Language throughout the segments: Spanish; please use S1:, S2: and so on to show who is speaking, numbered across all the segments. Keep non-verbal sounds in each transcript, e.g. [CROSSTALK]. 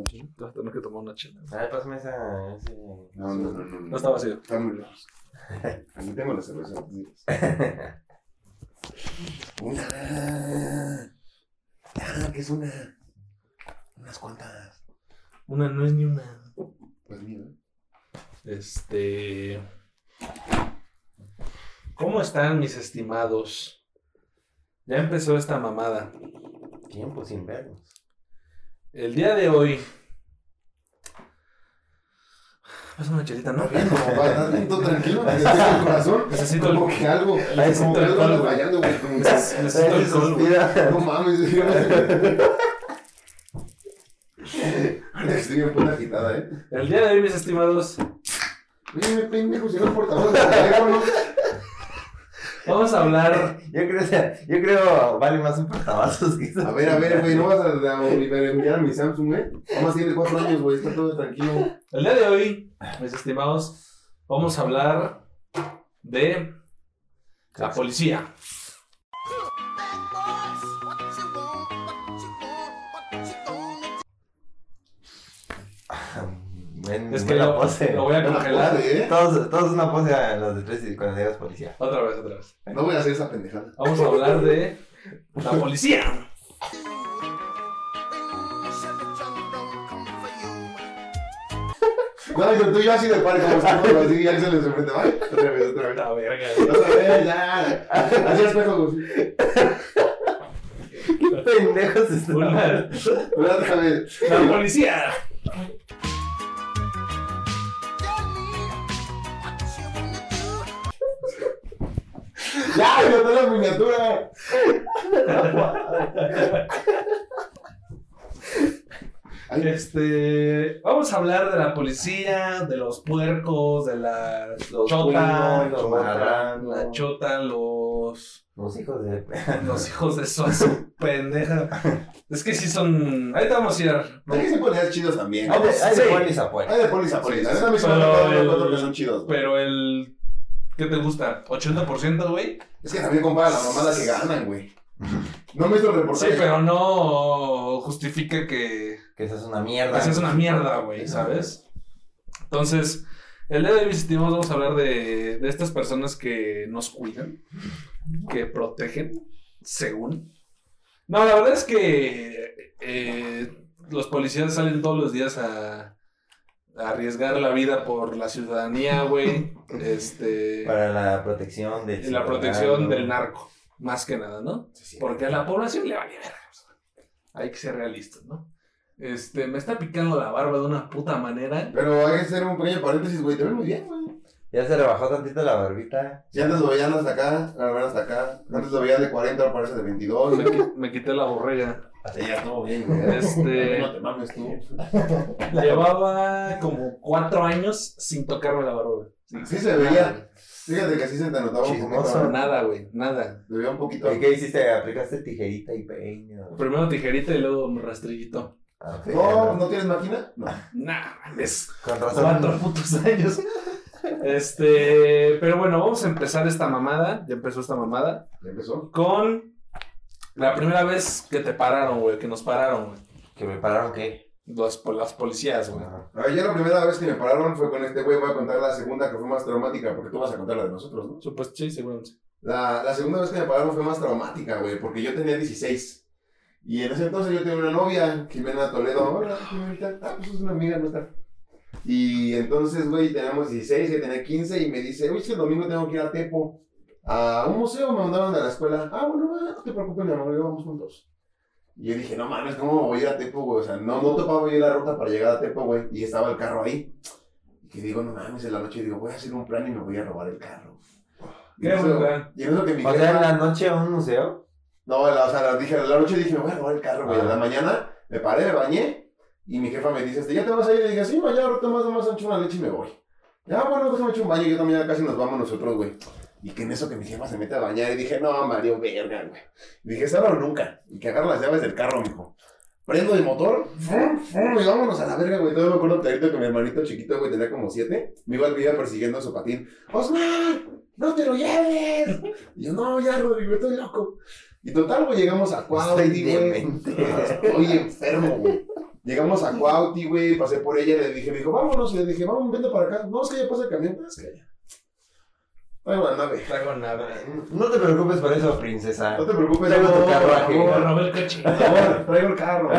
S1: aquí. Te vas a tener que tomar una chela.
S2: A ver, pásame esa. Ese...
S3: No, no, no, no.
S1: No está vacío.
S3: Está muy lejos. Aquí tengo la cerveza. diles. Una. Ah, que es una. Unas cuantas.
S1: Una no es ni una.
S3: Pues mira.
S1: Este. ¿Cómo están mis estimados? Ya empezó esta mamada.
S2: Tiempo sin vernos.
S1: El día de hoy. Pásame una chelita, ¿no?
S3: Bien, como va, estás
S1: [LAUGHS]
S3: bien todo tranquilo, que te toca el corazón.
S1: Necesito el-
S3: Como que algo.
S1: necesito
S3: Como que
S1: el
S3: algo anda
S1: polvo.
S3: fallando, güey. como que-
S1: Neces- Necesito el col, güey.
S3: No mames, [LAUGHS] yo no sé. Estoy bien puta agitada, eh.
S1: El día de hoy, mis estimados,
S3: Oye, me pendejo, si no el portavoz del teléfono.
S1: vamos a hablar.
S2: Yo creo, o sea, yo creo vale más un portavasos que eso.
S3: A ver, a ver, güey, no vas a, a enviar a mi Samsung, güey. Vamos a tiene cuatro años, güey, está todo tranquilo.
S1: El día de hoy, mis estimados, vamos a hablar de la policía.
S2: En
S1: Es que
S2: buena
S1: lo,
S2: pose. Ah,
S1: lo voy a
S3: Ojalá,
S1: congelar.
S3: ¿eh?
S2: Todos, todos una pose a los de tres y cuando digas policía.
S1: Otra vez, otra vez.
S3: No voy a hacer esa pendejada.
S1: Vamos a hablar de la policía.
S3: No, yo, tú y yo así de par, como estamos así, y Axel les enfrente, ¿vale? Otra vez, otra vez.
S1: La verga.
S3: Otra vez, ya. Así espejo, güey.
S2: ¡Qué [LAUGHS] pendejos están! [LAUGHS]
S1: Una-
S3: Una otra vez.
S1: la policía.
S3: ¡Ya! ¡Ya está la miniatura! Ay,
S1: Este, vamos a hablar de la policía, de los puercos, de la
S2: Los
S1: chota,
S2: culos, los
S3: chota,
S2: marranos,
S1: la chota, los
S2: Los hijos de. [LAUGHS]
S1: Los hijos de su, su pendeja. Es que sí son. Ahí te vamos a ir.
S3: Aquí se ponían chidos también.
S2: Hay de, hay de
S1: Sí.
S2: polis a polis.
S3: Ay, de polis a polis. La neta, a mí se me
S1: Pero
S3: han
S1: el-
S3: los que son chidos, güey.
S1: Pero el. ¿Qué te gusta? ¿80%, güey?
S3: Es que también compara la mamada que ganan, güey. No me hizo el
S1: Sí,
S3: reportaje.
S1: pero no justifica que.
S2: Que esa es una mierda.
S1: Pues es una mierda, güey, ¿sabes? Entonces, el día de hoy, mis estimados, vamos a hablar de, de estas personas que nos cuidan, que protegen, según. No, la verdad es que eh, los policías salen todos los días a, a arriesgar la vida por la ciudadanía, güey. este,
S2: Para la protección del.
S1: y la
S2: ciudadano.
S1: protección del narco, más que nada, ¿no?
S3: Sí, sí.
S1: Porque a la población le vale verga. o sea, Hay que ser realistas, ¿no? Este, me está picando la barba de una puta manera.
S3: Pero hay que hacer un pequeño paréntesis, güey. Te ves muy bien, güey.
S2: Ya se rebajó tantito la barbita.
S3: Si antes lo veían hasta acá, la verdad hasta acá. Antes lo veías de 40, ahora parece de 22.
S1: Me, qui- me quité la borrega.
S3: Así ya estuvo bien, güey.
S1: Este-
S3: No te mames tú.
S1: [LAUGHS] Llevaba como cuatro años sin tocarme la barba. güey.
S3: Sí se veía. Fíjate que sí se te notaba un
S2: Chismoso.
S3: poquito.
S1: Nada, güey, nada.
S3: Se veía un poquito.
S2: ¿Y qué hiciste? ¿Aplicaste tijerita y peine? o-
S1: Primero tijerita y luego un rastrillito.
S2: Ah, sí,
S3: No,
S2: ¿no?
S3: ¿no tienes máquina? No.
S1: Nah, mames.
S2: Con
S1: Cuatro
S2: razón.
S1: putos [LAUGHS] años. Este, pero bueno, vamos a empezar esta mamada. Ya empezó esta mamada.
S3: ¿Ya empezó?
S1: Con la primera vez que te pararon, güey, que nos pararon, güey.
S2: ¿Que me pararon qué?
S1: Los, pol- las policías, güey.
S2: Ajá.
S3: A ver, yo la primera vez que me pararon fue con este güey. Voy a contar la segunda que fue más traumática, porque tú vas a contar la de nosotros, ¿no?
S1: Supuesto, pues, sí, seguramente.
S3: La, la segunda vez que me pararon fue más traumática, güey, porque yo tenía 16. Y en ese entonces yo tenía una novia, Jimena Toledo. Hola, Jimenita. Ah, pues es una amiga nuestra. Y entonces, güey, teníamos 16, yo tenía 15 y me dice, uy, es que el domingo tengo que ir a Tepo. A un museo me mandaron de la escuela. Ah, bueno, va, no te preocupes, mi amor, yo vamos juntos. Y yo dije, no mames, ¿cómo voy a ir a Tepo, güey? O sea, no, no topaba yo la ruta para llegar a Tepo, güey. Y estaba el carro ahí. Y que digo, no mames, en la noche digo, voy a hacer un plan y me voy a robar el carro.
S1: Qué
S3: Y en eso-
S1: buen plan.
S3: Y en eso que mi
S2: O sea, en
S3: jefa-
S2: la noche a un museo.
S3: no, la, o sea, la, dije, la noche dije, me voy a robar el carro, güey.
S2: Ah.
S3: En la mañana me paré, me bañé. Y mi jefa me dice, este, ¿ya te vas a ir? Y dije, sí, mañana ahorita más nomás ancho una leche y me voy. Ya, bueno, déjame echar un baño. Yo también ya casi nos vamos nosotros, güey. Y que en eso que mi jefa se mete a bañar. Y dije, no, Mario, verga, güey. Y dije, esta hora o nunca. Y que agarra las llaves del carro, mijo. Prendo el motor, fum, fum, y vámonos a la verga, güey. Todavía me acuerdo clarito que mi hermanito chiquito, güey, tenía como siete. Me iba al video persiguiendo su patín. ¡Osman! ¡No te lo lleves! Y yo, no, ya, Rodrigo, estoy loco. Y total, güey, llegamos a Cuadri, [LAUGHS]
S2: Estoy
S3: güey.
S2: demente.
S3: Estoy enfermo, güey. Llegamos a Cuauti, güey, pasé por ella, le dije, me dijo, vámonos, y le dije, vamos, vente para acá. No, es que ya pasa el camión, es que ya. Traigo la nave.
S1: Traigo nada.
S2: No te preocupes por eso, princesa.
S3: No te preocupes,
S2: Traigo tu
S3: no,
S2: carruaje.
S3: por favor.
S1: Robé el coche.
S3: Por favor, traigo el carro.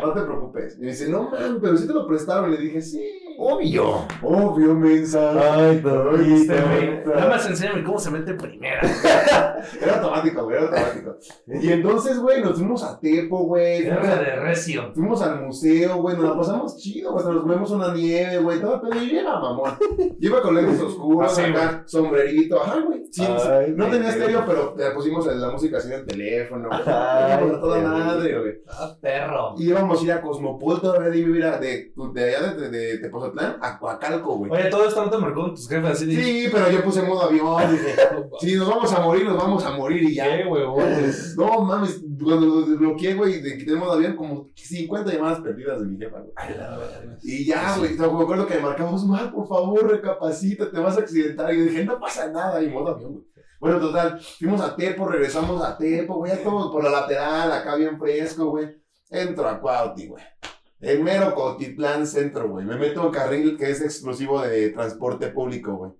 S3: No te preocupes. Y me dice, no, man, pero si te lo prestaron. Le dije, sí.
S2: Obvio.
S3: Obvio, mensa.
S2: Ay,
S1: Este, güey,
S3: Perfecto.
S1: Nada más enséñame cómo se mete primera.
S3: Era automático, güey, era automático. Y entonces, güey, nos fuimos a Tepo, güey. fuimos
S1: Guerra
S3: a-
S1: de recio.
S3: Fuimos al museo, güey, nos la pasamos chido, güey, hasta nos comemos una nieve, güey, todo, pero yo era mamón. Yo iba con lentes oscuros,
S1: Así,
S3: acá, sombrerito, ajá, güey. Sí,
S2: Ay,
S3: no tenía
S2: pendejo.
S3: estéreo, pero le pusimos la música así en el teléfono, güey.
S2: Ay,
S3: Íbamos a toda
S2: pendejo.
S3: madre, güey.
S1: Ah, perro.
S3: Y íbamos a ir a Cosmopol, todavía de vivir a- de, de allá de, de, de Tepozotlán a Coacalco, güey.
S1: Oye, todo esto no te marcó con tus jefes así de.
S3: Sí, pero yo puse modo avión, dije,
S1: [LAUGHS]
S3: si nos vamos a morir, nos vamos a morir y ya.
S1: ¿Qué, huevones?
S3: No mames, cuando lo desbloqueé, güey, de quité el modo avión, como 50 llamadas perdidas de mi jefa, güey. Y ya, güey, o sea, me acuerdo que me marcamos mal, por favor, recapacita, te vas a accidentar. Y yo dije, no pasa nada, y modo avión, güey. Bueno, total, fuimos a Tepo, regresamos a Tepo, güey, ya estamos por la lateral, acá bien fresco, güey. Entro a Cuauti, güey. El mero Cotitlán Centro, güey. Me meto en carril que es exclusivo de transporte público, güey.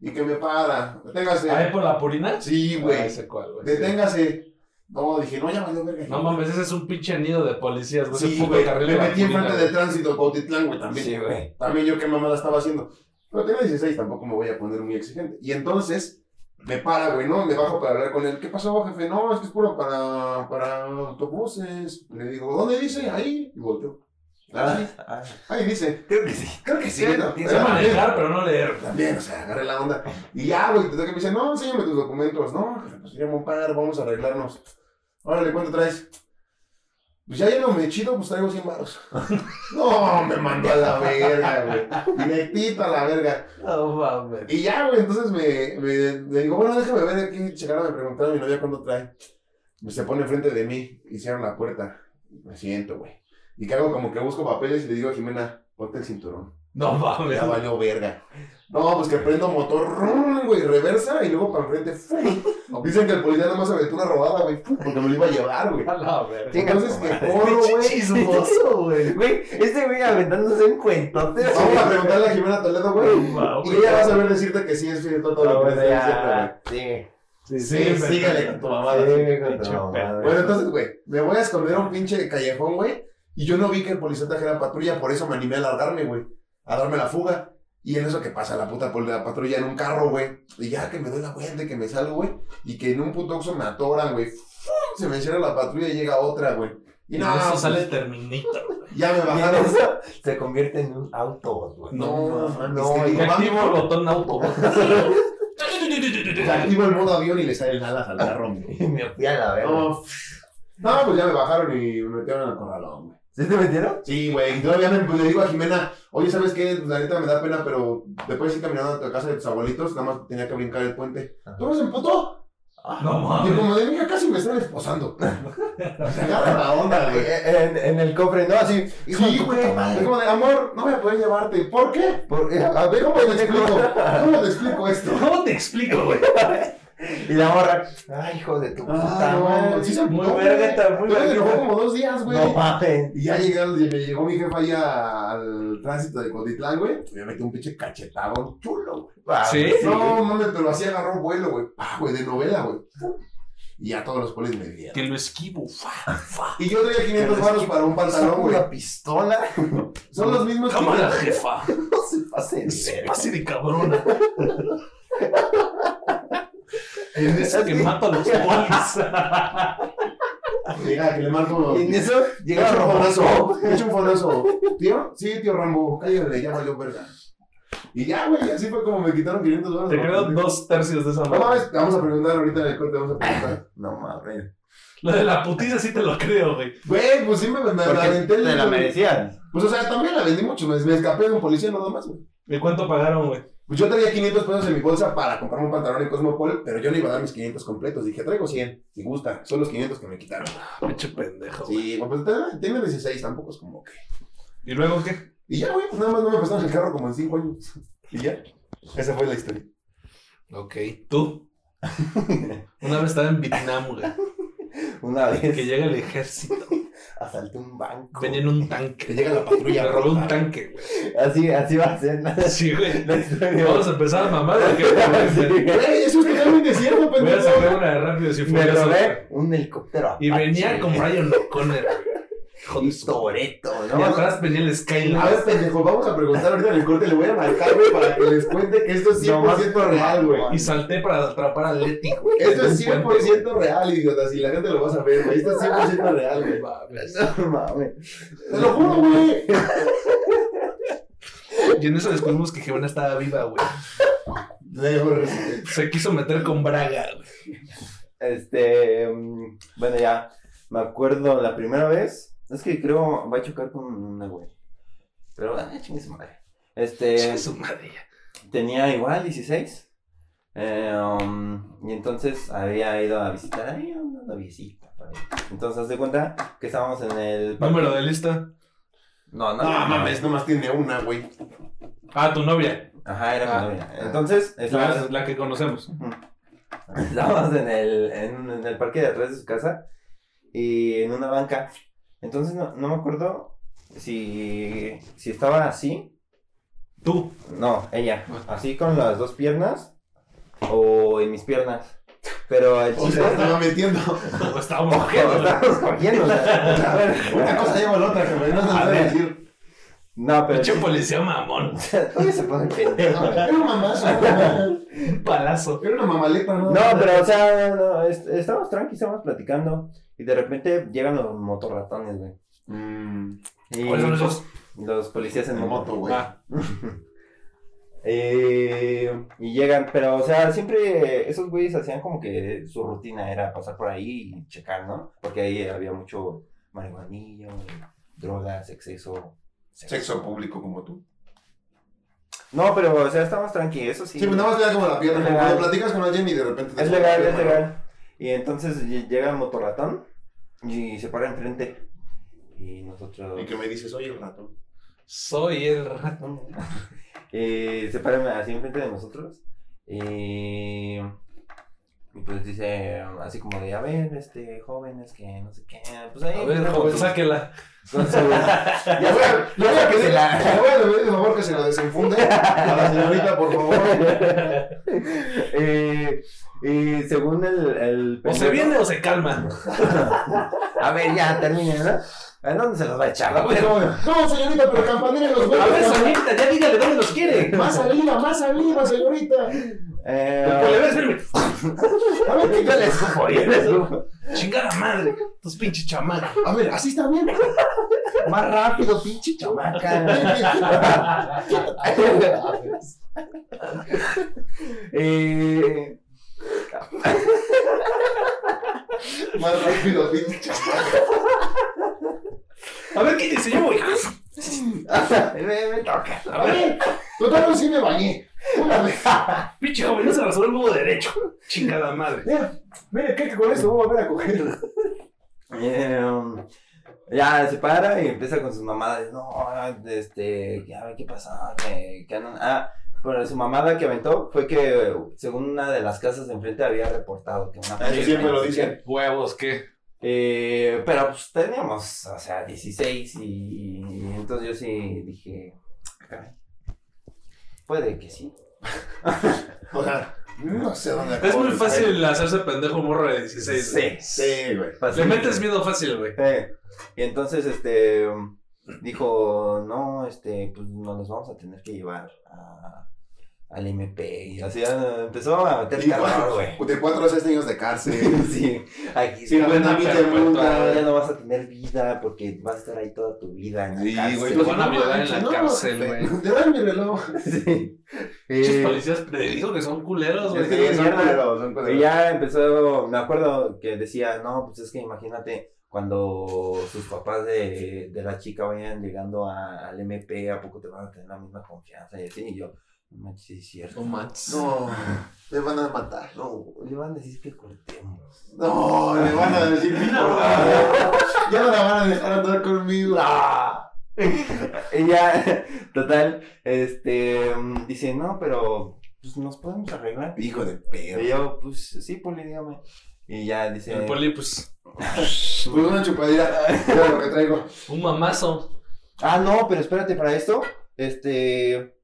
S3: Y que me para. Téngase.
S1: ¿Ahí por la purina?
S3: este. Sí,
S1: Ah,
S3: güey.
S1: ese cual, güey.
S3: Deténgase. No, dije, no, ya valió verga.
S1: No mames, ese es un pinche nido de policías, güey.
S3: Sí,
S1: ese puto
S3: güey.
S1: carril
S3: Me
S1: de
S3: metí
S1: Purina,
S3: enfrente
S1: güey.
S3: de tránsito Cuautitlán, güey, también.
S2: Sí, güey.
S3: También yo qué mamada estaba haciendo. Pero tenía 16, tampoco me voy a poner muy exigente. Y entonces, me para, güey, ¿no? Me bajo para hablar con él. ¿Qué pasó, jefe? No, es que es puro para, para autobuses. Le digo, ¿dónde dice? Ahí. Y volteo. Ahí,
S2: Ah,
S3: ahí dice.
S2: creo que sí.
S3: Creo que sí,
S2: Sí,
S3: ¿no? Ah,
S2: tiene
S1: Sé
S3: Era
S1: manejar, pero no leer.
S3: también, o sea, agarré la onda. Y ya, güey, entonces que me dice, no, enséñame tus documentos. No, jefe, pues iremos a un par, vamos a arreglarnos. Órale, ¿cuánto traes? Pues ya lleno me chido, pues traigo 100 baros. [LAUGHS] no, me mandó a la verga, güey. Directito a la verga.
S1: No mames.
S3: Y ya, güey, entonces me, me, me digo, bueno, déjame ver aquí, checaron, me preguntaron a mi novia cuánto trae. Se pone enfrente de mí, y cierran la puerta. Me siento, güey. Y que hago como que busco papeles y le digo a Jimena, ponte el cinturón.
S1: No mames.
S3: Ya valió verga. No, pues que prendo motor, rum, güey, reversa y luego para enfrente. ¡fum! Dicen que el policía nada más aventó una robada, güey, ¡fum! porque me lo iba a llevar, güey.
S1: A la verga.
S2: Sí.
S3: Entonces que corro, güey.
S2: Chismoso, güey. Güey, este güey aventándose un cuentote.
S3: Vamos a preguntarle a Jimena Toledo,
S1: No
S3: güey.
S1: mames.
S3: Y ella va a saber decirte que sí es cierto todo lo que te está diciendo, güey.
S2: ya. Sí.
S1: Sí,
S3: Sí,
S1: sí,
S3: sígale
S1: pero-
S3: con tu mamada.
S2: Sí, hijo de
S1: Pinche
S2: tu mamá,
S1: perro.
S2: güey.
S3: Bueno, entonces, güey, me voy a esconder a un pinche callejón, güey. Y yo no vi que el policía trajera patrulla, por eso me animé a largarme, güey. A darme la fuga. Y en eso que pasa la puta pol- la patrulla en un carro, güey. Y ya que me doy la vuelta, y que me salgo, güey. Y que en un puto oxo me atoran, güey. ¡Fum! Se me cierra la patrulla y llega otra, güey.
S1: Y
S3: Y
S1: de
S3: no,
S1: eso
S3: pues,
S1: sale Terminator, güey.
S3: ya me
S2: Y en
S3: bajaron.
S2: eso se convierte en un autobot, güey.
S3: No, mames,
S2: no,
S3: que
S1: Y
S2: y-
S1: activo el botón [LAUGHS] auto.
S3: Le activo el modo avión y le salen alas al carro, güey.
S1: [LAUGHS]
S2: y me fui a la verga.
S3: No, no, pues ya me bajaron y me metieron al corralón, güey.
S2: ¿Sí te metieron?
S3: Sí, güey, y todavía me- pues, le digo a Jimena, oye, ¿sabes qué? Pues, La neta me da pena, pero después ir caminando a tu casa de tus abuelitos, nada más tenía que brincar el puente.
S2: Ajá.
S3: ¿Tú se empató?
S1: No
S3: Y
S1: mames.
S3: como de mija casi me están
S2: [LAUGHS]
S3: esposando. Se agarra la onda, güey.
S2: Eh, En, en el cofre, no, así. hijo de
S3: Sí,
S2: tu
S3: güey.
S2: puta madre.
S3: Es como de, amor, no voy a poder llevarte. ¿Por qué?
S2: Por- eh, a
S3: A ver,
S2: ver,
S3: ¿cómo te explico? ¿Cómo te explico esto?
S1: ¿Cómo te explico, güey?
S2: Y la morra, ay, hijo de tu puta
S3: Ah, no,
S2: madre.
S3: sí se
S1: Muy
S3: emputó,
S1: verga,
S3: güey.
S1: muy
S3: Pero se
S1: verga.
S3: enojó como dos días, güey.
S2: No mames.
S3: Y ya llegando, me llegó mi jefa ahí a- al tránsito de Cotitlán, güey. Me metió un pinche cachetado chulo, güey.
S2: Ah,
S1: ¿Sí?
S2: pues
S3: No, mames, pero así agarró vuelo, güey. Ah, güey, de novela, güey. Y a todos los polis me dieron.
S1: Que lo esquivo. fa, fa.
S3: Y yo traía 500
S2: Que
S3: baros
S2: les-
S3: para un pantalón,
S2: Saca
S3: güey.
S2: una pistola.
S3: Son los mismos
S1: Cámara,
S3: 500.
S1: jefa.
S2: No se pase de verga.
S1: Pase de cabrona.
S3: En
S1: Eso
S3: eso
S1: que mato a los polis.
S3: [LAUGHS] Llega, que le marco.
S2: Y en eso
S3: Llega
S2: llega
S3: un
S2: Roboso.
S3: fonazo. Echa un fonazo. ¿Tío? Sí, tío Rambo. Cállate, ya valió verga. Y ya, güey, así fue como me quitaron 500 baros.
S1: Te creo dos tercios de esa
S3: No
S1: madre.
S3: mames, te vamos a preguntar ahorita en el corte, vamos a preguntar.
S2: No mames.
S1: Lo de la putiza sí te lo creo, güey.
S3: Güey, pues sí me, me la
S2: Porque
S3: aventé.
S2: te la merecías.
S3: Pues o sea, también la vendí mucho, me, me escapé de un policía nada más, güey.
S1: ¿Y cuánto pagaron, güey?
S3: Pues yo traía 500 pesos en mi bolsa para comprarme un pantalón en Cosmopol, pero yo no iba a dar mis 500 completos. Dije, traigo 100, si gusta. Son los 500 que me quitaron.
S1: Pinche pendejo. güey.
S3: Sí, bueno, pues tengo 16, tampoco es como que.
S1: ¿Y luego qué?
S3: Y ya, güey, pues nada más no me prestaron el carro como en 5 años. [LAUGHS] Y ya. Esa fue la historia.
S1: Ok. ¿Tú? [LAUGHS] Una vez estaba en Vietnam, güey.
S2: Una vez.
S1: Que llega el ejército.
S2: asalté un banco.
S1: Venía en un tanque.
S2: Te llega la patrulla.
S1: Me robé un
S2: roja.
S1: tanque, güey.
S2: Así, así va a ser. [LAUGHS] ¿no?
S1: Sí, güey.
S2: La historia.
S1: Vamos a empezar a mamar porque güey,
S2: Sí.
S3: Güey, eso es totalmente cierto,
S1: voy a
S3: pendejo.
S1: sacar una de rápido si
S2: Me
S1: furioso.
S2: robé un helicóptero.
S1: Y venía
S2: Apache.
S1: con Brian O'Connor, güey. Hijo de
S2: Y
S1: su-
S2: Toreto,
S1: Y
S2: ¿no?
S1: atrás venía el
S3: A
S1: Skyline.
S3: ver, pendejo, vamos a preguntar ahorita en el corte. Le voy a marcar, güey, para que les cuente que esto es 100% real, güey.
S1: Y salté para atrapar a Leti, güey.
S3: Esto es 100% real, idiotas. Y la gente lo va a saber, güey. Esto es 100% real, güey.
S1: Mames.
S2: [LAUGHS] No mames.
S3: Te lo juro, güey.
S1: Y en eso descubrimos que Jimena estaba viva, güey. Se quiso meter con Braga, güey.
S2: Este, mm, bueno, ya. Me acuerdo la primera vez. Es que creo va a chocar con una, güey. Pero, ah, chingue su madre. Este,
S1: Chinga su madre ya.
S2: tenía igual 16. eh, um, y entonces había ido a visitar ahí a una noviecita. por ahí. Entonces, haz de cuenta que estábamos en el. parque.
S1: Número de lista.
S2: No, no,
S3: No mames, nomás tiene una, güey.
S1: Ah, tu novia.
S2: Ajá, era
S1: Ah.
S2: mi novia. Entonces,
S1: La,
S2: estábamos,
S1: la que conocemos.
S2: estábamos en, el, en, en el parque de atrás de su casa y en una banca. Entonces, no, no me acuerdo si, si estaba así.
S1: Tú.
S2: No, ella. Así con las dos piernas o en mis piernas. Pero el
S3: O
S2: chiste-
S3: sea,
S2: [LAUGHS]
S3: estaba metiendo.
S1: No, estábamos
S2: Ojo,
S1: cogiendo, güey.
S2: estábamos cogiendo, o sea,
S3: Una cosa lleva a la otra, güey. No se
S1: A
S3: lo
S1: ver.
S3: sé decir.
S2: No, pero.
S1: Pinche policía mamón.
S2: Todavía se pone pendejo, güey.
S3: Era una mamazo, güey.
S1: Un palazo.
S3: Era una mamaleta, ¿no?
S2: No, pero o sea, no, no, est- estamos tranqui, estamos platicando. Y de repente llegan los motorratones, güey.
S3: Mm,
S2: Y
S1: ¿Cuáles Pues son esos?
S2: Los policías en
S3: en
S2: moto.
S3: moto, güey.
S1: Ah,
S2: [LAUGHS] Eh, y llegan, pero o sea, siempre esos güeyes hacían como que su rutina era pasar por ahí y checar, ¿no? Porque ahí había mucho marihuanillo, drogas, exceso.
S3: Sexo público como tú.
S2: No, pero o sea, estamos tranqui, eso sí.
S3: Sí, pues nada más le da como la pierna.
S2: Es
S3: Como
S2: legal.
S3: cuando platicas con alguien y de repente te
S2: Es
S3: sube la
S2: legal, es
S3: pierna, ¿no?
S2: legal. Y entonces ll- llega el motorratón y se para enfrente. Y nosotros.
S3: Y que me dices, oye, el [LAUGHS] ratón.
S1: soy el rato.
S2: Eh, se para así enfrente de nosotros. eh, y pues dice así como de, a ver, este, jóvenes que no sé qué. Pues ahí.
S1: A ver, joven, sáquela.
S2: Entonces,
S3: Ya voy a,
S2: ya saben,
S3: le voy a pedir, le voy a pedir, por favor, que se lo desenfunde a la señorita, por favor.
S2: [LAUGHS] eh, y según el. el
S1: O se viene o se calma.
S2: [LAUGHS] A ver, ya terminen, ¿no? ¿A dónde se los va a echar?
S1: A ver,
S3: No, señorita, pero campanilla los
S1: a ver,
S3: huevos.
S1: señorita, ya dígale dónde los quiere.
S3: Más arriba, más arriba, señorita.
S2: Eh,
S1: El polever, espérame.
S3: A ver, ¿qué
S2: yo le escupo, yo le escupo.
S1: Chingada madre. Tus pinches chamacas.
S3: A ver, así está bien.
S2: Más rápido,
S1: [LAUGHS]
S2: pinche chamaca. [LAUGHS] eh,
S3: Más rápido, pinche.
S1: A ver qué dice yo, güey.
S2: [LAUGHS] me, me toca.
S1: A
S3: A
S1: ver,
S3: ver, total, sí me bañé. Una vez.
S1: pinche joven, no se rasuró el huevo derecho. Chingada madre.
S3: Mira, mira, ¿qué que con eso voy a volver a coger?
S2: Eh, ya se para y empieza con sus mamadas. No, este, ya ver qué pasa. Que, que andan- ah, pero su mamada que aventó fue que según una de las casas de enfrente había reportado que una
S3: Ah, Eso siempre lo dicen.
S1: Huevos, ¿qué?
S2: Eh, pero pues teníamos, o sea, 16 y, y entonces yo sí dije, "Ah, "Caray, puede que sí.
S3: O sea, no sé dónde
S1: Es
S3: acabo
S1: muy
S3: de caer.
S1: fácil hacerse pendejo morro de 16. güey.
S3: Sí, güey.
S1: Le metes miedo fácil, güey.
S2: Eh, y entonces, este, dijo, no, este, pues nos los vamos a tener que llevar a, al MP. Y así ah, empezó a meter
S3: Y
S2: calor,
S3: cuatro,
S2: güey.
S3: de cuatro a seis años de cárcel.
S2: [LAUGHS] Sí, aquí
S3: Sí,
S2: sí,
S3: güey, no,
S2: ya,
S3: pero,
S2: no,
S3: güey.
S2: ya no vas a tener vida porque vas a estar ahí toda tu vida. En la
S3: Sí,
S2: cárcel.
S3: güey.
S1: Lo van a
S3: No
S1: violar en la
S3: manches,
S1: cárcel,
S3: no,
S1: güey.
S3: Te dan mi reloj.
S2: Sí.
S1: Pinches
S2: Eh,
S1: policías te digo que son culeros,
S3: Sí,
S1: güey.
S2: que
S3: son
S2: ya-
S3: culeros, son
S2: Y
S3: culeros.
S2: ya empezó, me acuerdo que decía, no, pues es que imagínate cuando sus papás de, de la chica vayan llegando a- al MP, ¿a poco te van a tener la misma confianza? Y así, y yo, no manches, sí es cierto.
S1: No manches.
S3: No, me van a matar.
S2: No, le van a decir
S1: [LAUGHS]
S2: que cortemos.
S3: No, me van a decir mi portada. Ya no la van a dejar andar conmigo.
S2: ¡Ah! y ya, total, este, mm, dice, no, pero pues nos podemos arreglar.
S3: Hijo de
S2: Y
S3: perro.
S2: yo, pues sí, Poli, dígame. Y ya dice.
S1: El poli, pues,
S3: Pues una chupadita. Mira lo que traigo.
S1: un mamazo.
S2: Ah, no, pero espérate, para esto, este.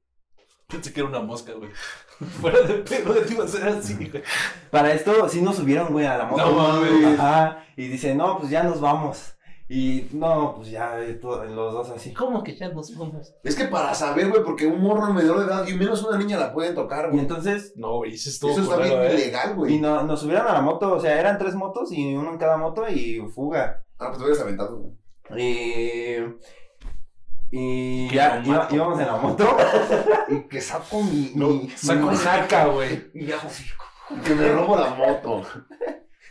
S1: Pensé que era una mosca, güey. [LAUGHS] Fuera de pedo, te iba a ser así, güey.
S2: Para esto, sí nos subieron, güey, a la moto.
S1: No mames.
S2: Ajá, y dice, no, pues ya nos vamos. Y no, pues ya, eh, todo- los dos así.
S1: ¿Cómo que ya nos vamos?
S3: Es que para saber, güey, porque un morro menor de edad y menos una niña la pueden tocar,
S2: Y
S3: güey.
S2: entonces,
S1: No, güey, eso estuvo
S3: Eso está bien
S1: culero, eh.
S3: ilegal,
S2: y
S3: güey.
S2: no- nos subieron a la moto, o sea, eran tres motos y uno en cada moto y fuga.
S3: Ah, pues te hubieras aventado, güey.
S2: Y. Y
S1: Que
S2: ya
S1: lo
S2: iba-
S1: mato.
S2: íbamos en Eh, la moto. [LAUGHS] y que saco mi. mi-
S1: Saco
S2: mi-
S1: saca, güey.
S2: Y hago así,
S3: Que me robo la moto.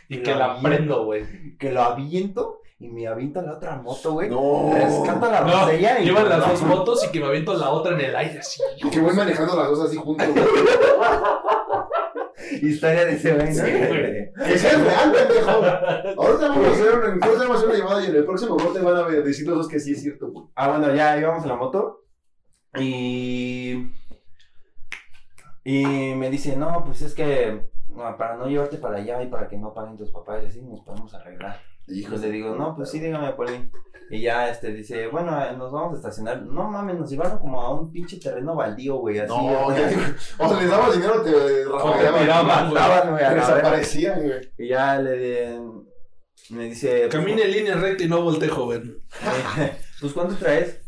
S1: Y que la prendo, güey.
S2: que lo aviento y me aviento a la otra moto, güey.
S3: No.
S2: Rescato a la
S1: No,
S2: botella y.
S1: llevan las dos motos y que me aviento la otra en el aire, así.
S3: Que voy manejando las dos así juntos, güey.
S2: [LAUGHS] Historia de ese güey, ¿no?
S1: Sí, güey.
S3: Que ese es [LAUGHS] real, pendejo. Ahorita vamos a hacer una, encuesta, vamos a hacer una llamada y en el próximo corte van a ver- decir los dos que sí es cierto, güey.
S2: Ah, bueno, ya íbamos en la moto. Y. Y me dice, no, pues es que no, para no llevarte para allá y para que no paguen tus papás y así nos podemos arreglar. Y pues le digo, no, pues sí, dígame, Poli. Y ya este dice, bueno, eh, nos vamos a estacionar. No mames, nos llevaron como a un pinche terreno baldío, güey. Así.
S3: No,
S2: ya.
S3: ya digo. O les daba dinero, te
S1: te
S3: rafagueaban.
S1: tiraban.
S2: Mandaban, güey, a la verga.
S3: Desaparecían, güey.
S2: Y ya le. Me dice. "Pues,
S1: Camine en línea recta y no voltee, joven.
S2: Eh, pues ¿cuánto traes?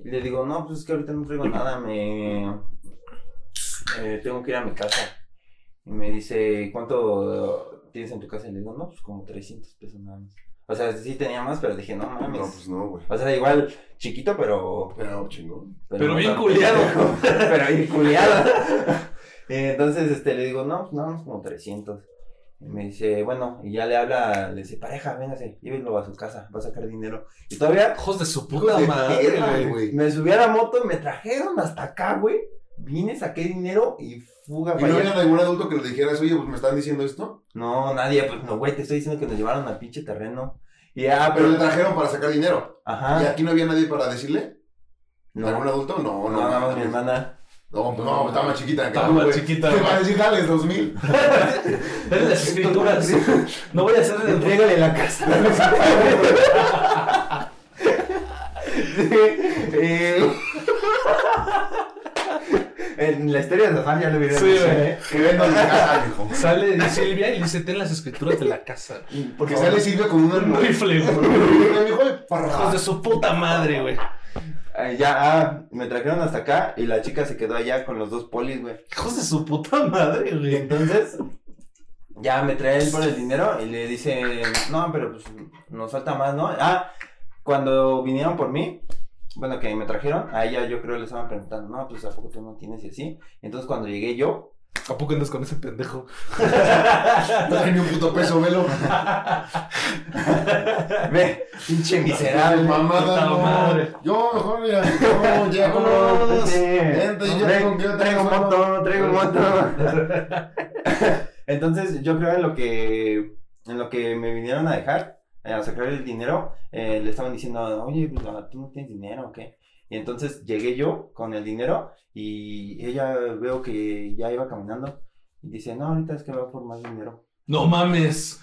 S2: Y le digo, no, pues es que ahorita no traigo nada, me eh, tengo que ir a mi casa. Y me dice, ¿cuánto eh, tienes en tu casa? Y le digo, no, pues como 300 pesos nada más. O sea, sí tenía más, pero dije, no
S3: No,
S2: mames.
S3: pues no, güey.
S2: O sea, igual chiquito, pero.
S3: Pero chingón.
S1: Pero bien
S2: tan-
S1: culiado.
S2: [LAUGHS] pero
S1: [LAUGHS]
S2: bien culiado. Eh, Entonces, este, le digo, no, pues nada más como 300. Y me dice, bueno, y ya le habla, le dice, pareja, véngase, llévenlo a su casa, va a sacar dinero. Y todavía
S1: Hijos de su puta
S3: De
S1: madre,
S3: tierra,
S1: güey.
S3: güey.
S2: me subí a la moto, me trajeron hasta acá, güey. Vine, saqué dinero y fuga
S3: ¿Y no
S2: para allá.
S3: había algún adulto que le dijeras, oye, pues me están diciendo esto?
S2: No, nadie, pues no, güey, te estoy diciendo que nos llevaron al pinche terreno. Y ya,
S3: Pero le
S2: pero.
S3: trajeron para sacar dinero. ¿Y
S2: Ajá.
S3: aquí no había nadie para decirle?
S2: Ah. No,
S3: ¿Algún adulto? No,
S2: no,
S3: no.
S2: nada más
S3: mames.
S2: mi hermana.
S3: No, pues no, estaba más chiquita. que
S1: Estaba
S3: tú,
S1: más
S3: güey.
S1: chiquita,
S3: Te
S1: güey.
S3: va a decir, dale, dos mil.
S1: Es las escrituras. No voy a hacer el riego.
S2: Entrégale la casa. Sí, eh, en la historia de Rafael ya lo hubiera
S1: Sí,
S2: dicho,
S1: güey.
S2: ¿eh?
S3: Que vendo mi casa, hijo.
S1: Sale de Silvia y le dice, ten las escrituras de la
S2: [LAUGHS]
S1: casa.
S2: Por
S3: Porque
S2: favor.
S3: sale Silvia con una
S1: Un rifle, güey.
S3: [LAUGHS] Hijo de
S1: Hijos
S3: parra.
S1: de su puta madre, güey.
S2: Ah, ya, ah, me trajeron hasta acá y la chica se quedó allá con los dos polis, güey.
S1: Hijos de su puta madre,
S2: Y
S1: güey.
S2: entonces, ya me trae él por el dinero y le dice, no, pero pues nos falta más, ¿no? Ah, cuando vinieron por mí, bueno, que me trajeron, a ella yo creo le estaban preguntando, no, pues ¿a poco tú no tienes y así? Entonces cuando llegué yo,
S1: ¿A poco andas con ese pendejo?
S3: No tiene ni un puto peso, velo.
S2: ve, pinche miserable.
S3: Mamada,
S1: Puta
S3: no.
S1: madre.
S3: Yo, mejor, mira. No, ya,
S2: Vámonos,
S3: vámonos.
S2: vete.
S3: Vente, yo
S2: Tra-
S3: tengo que- yo
S2: traigo
S3: tengo-
S2: moto, traigo moto. [LAUGHS] Entonces, yo creo en lo que en lo que me vinieron a dejar, eh, a sacar el dinero, eh, le estaban diciendo, oye, pues, ah, tú no tienes dinero, ¿o qué? Y entonces llegué yo con el dinero y ella veo que ya iba caminando y dice, no, ahorita es que va por más dinero. [LAUGHS]
S1: No mames.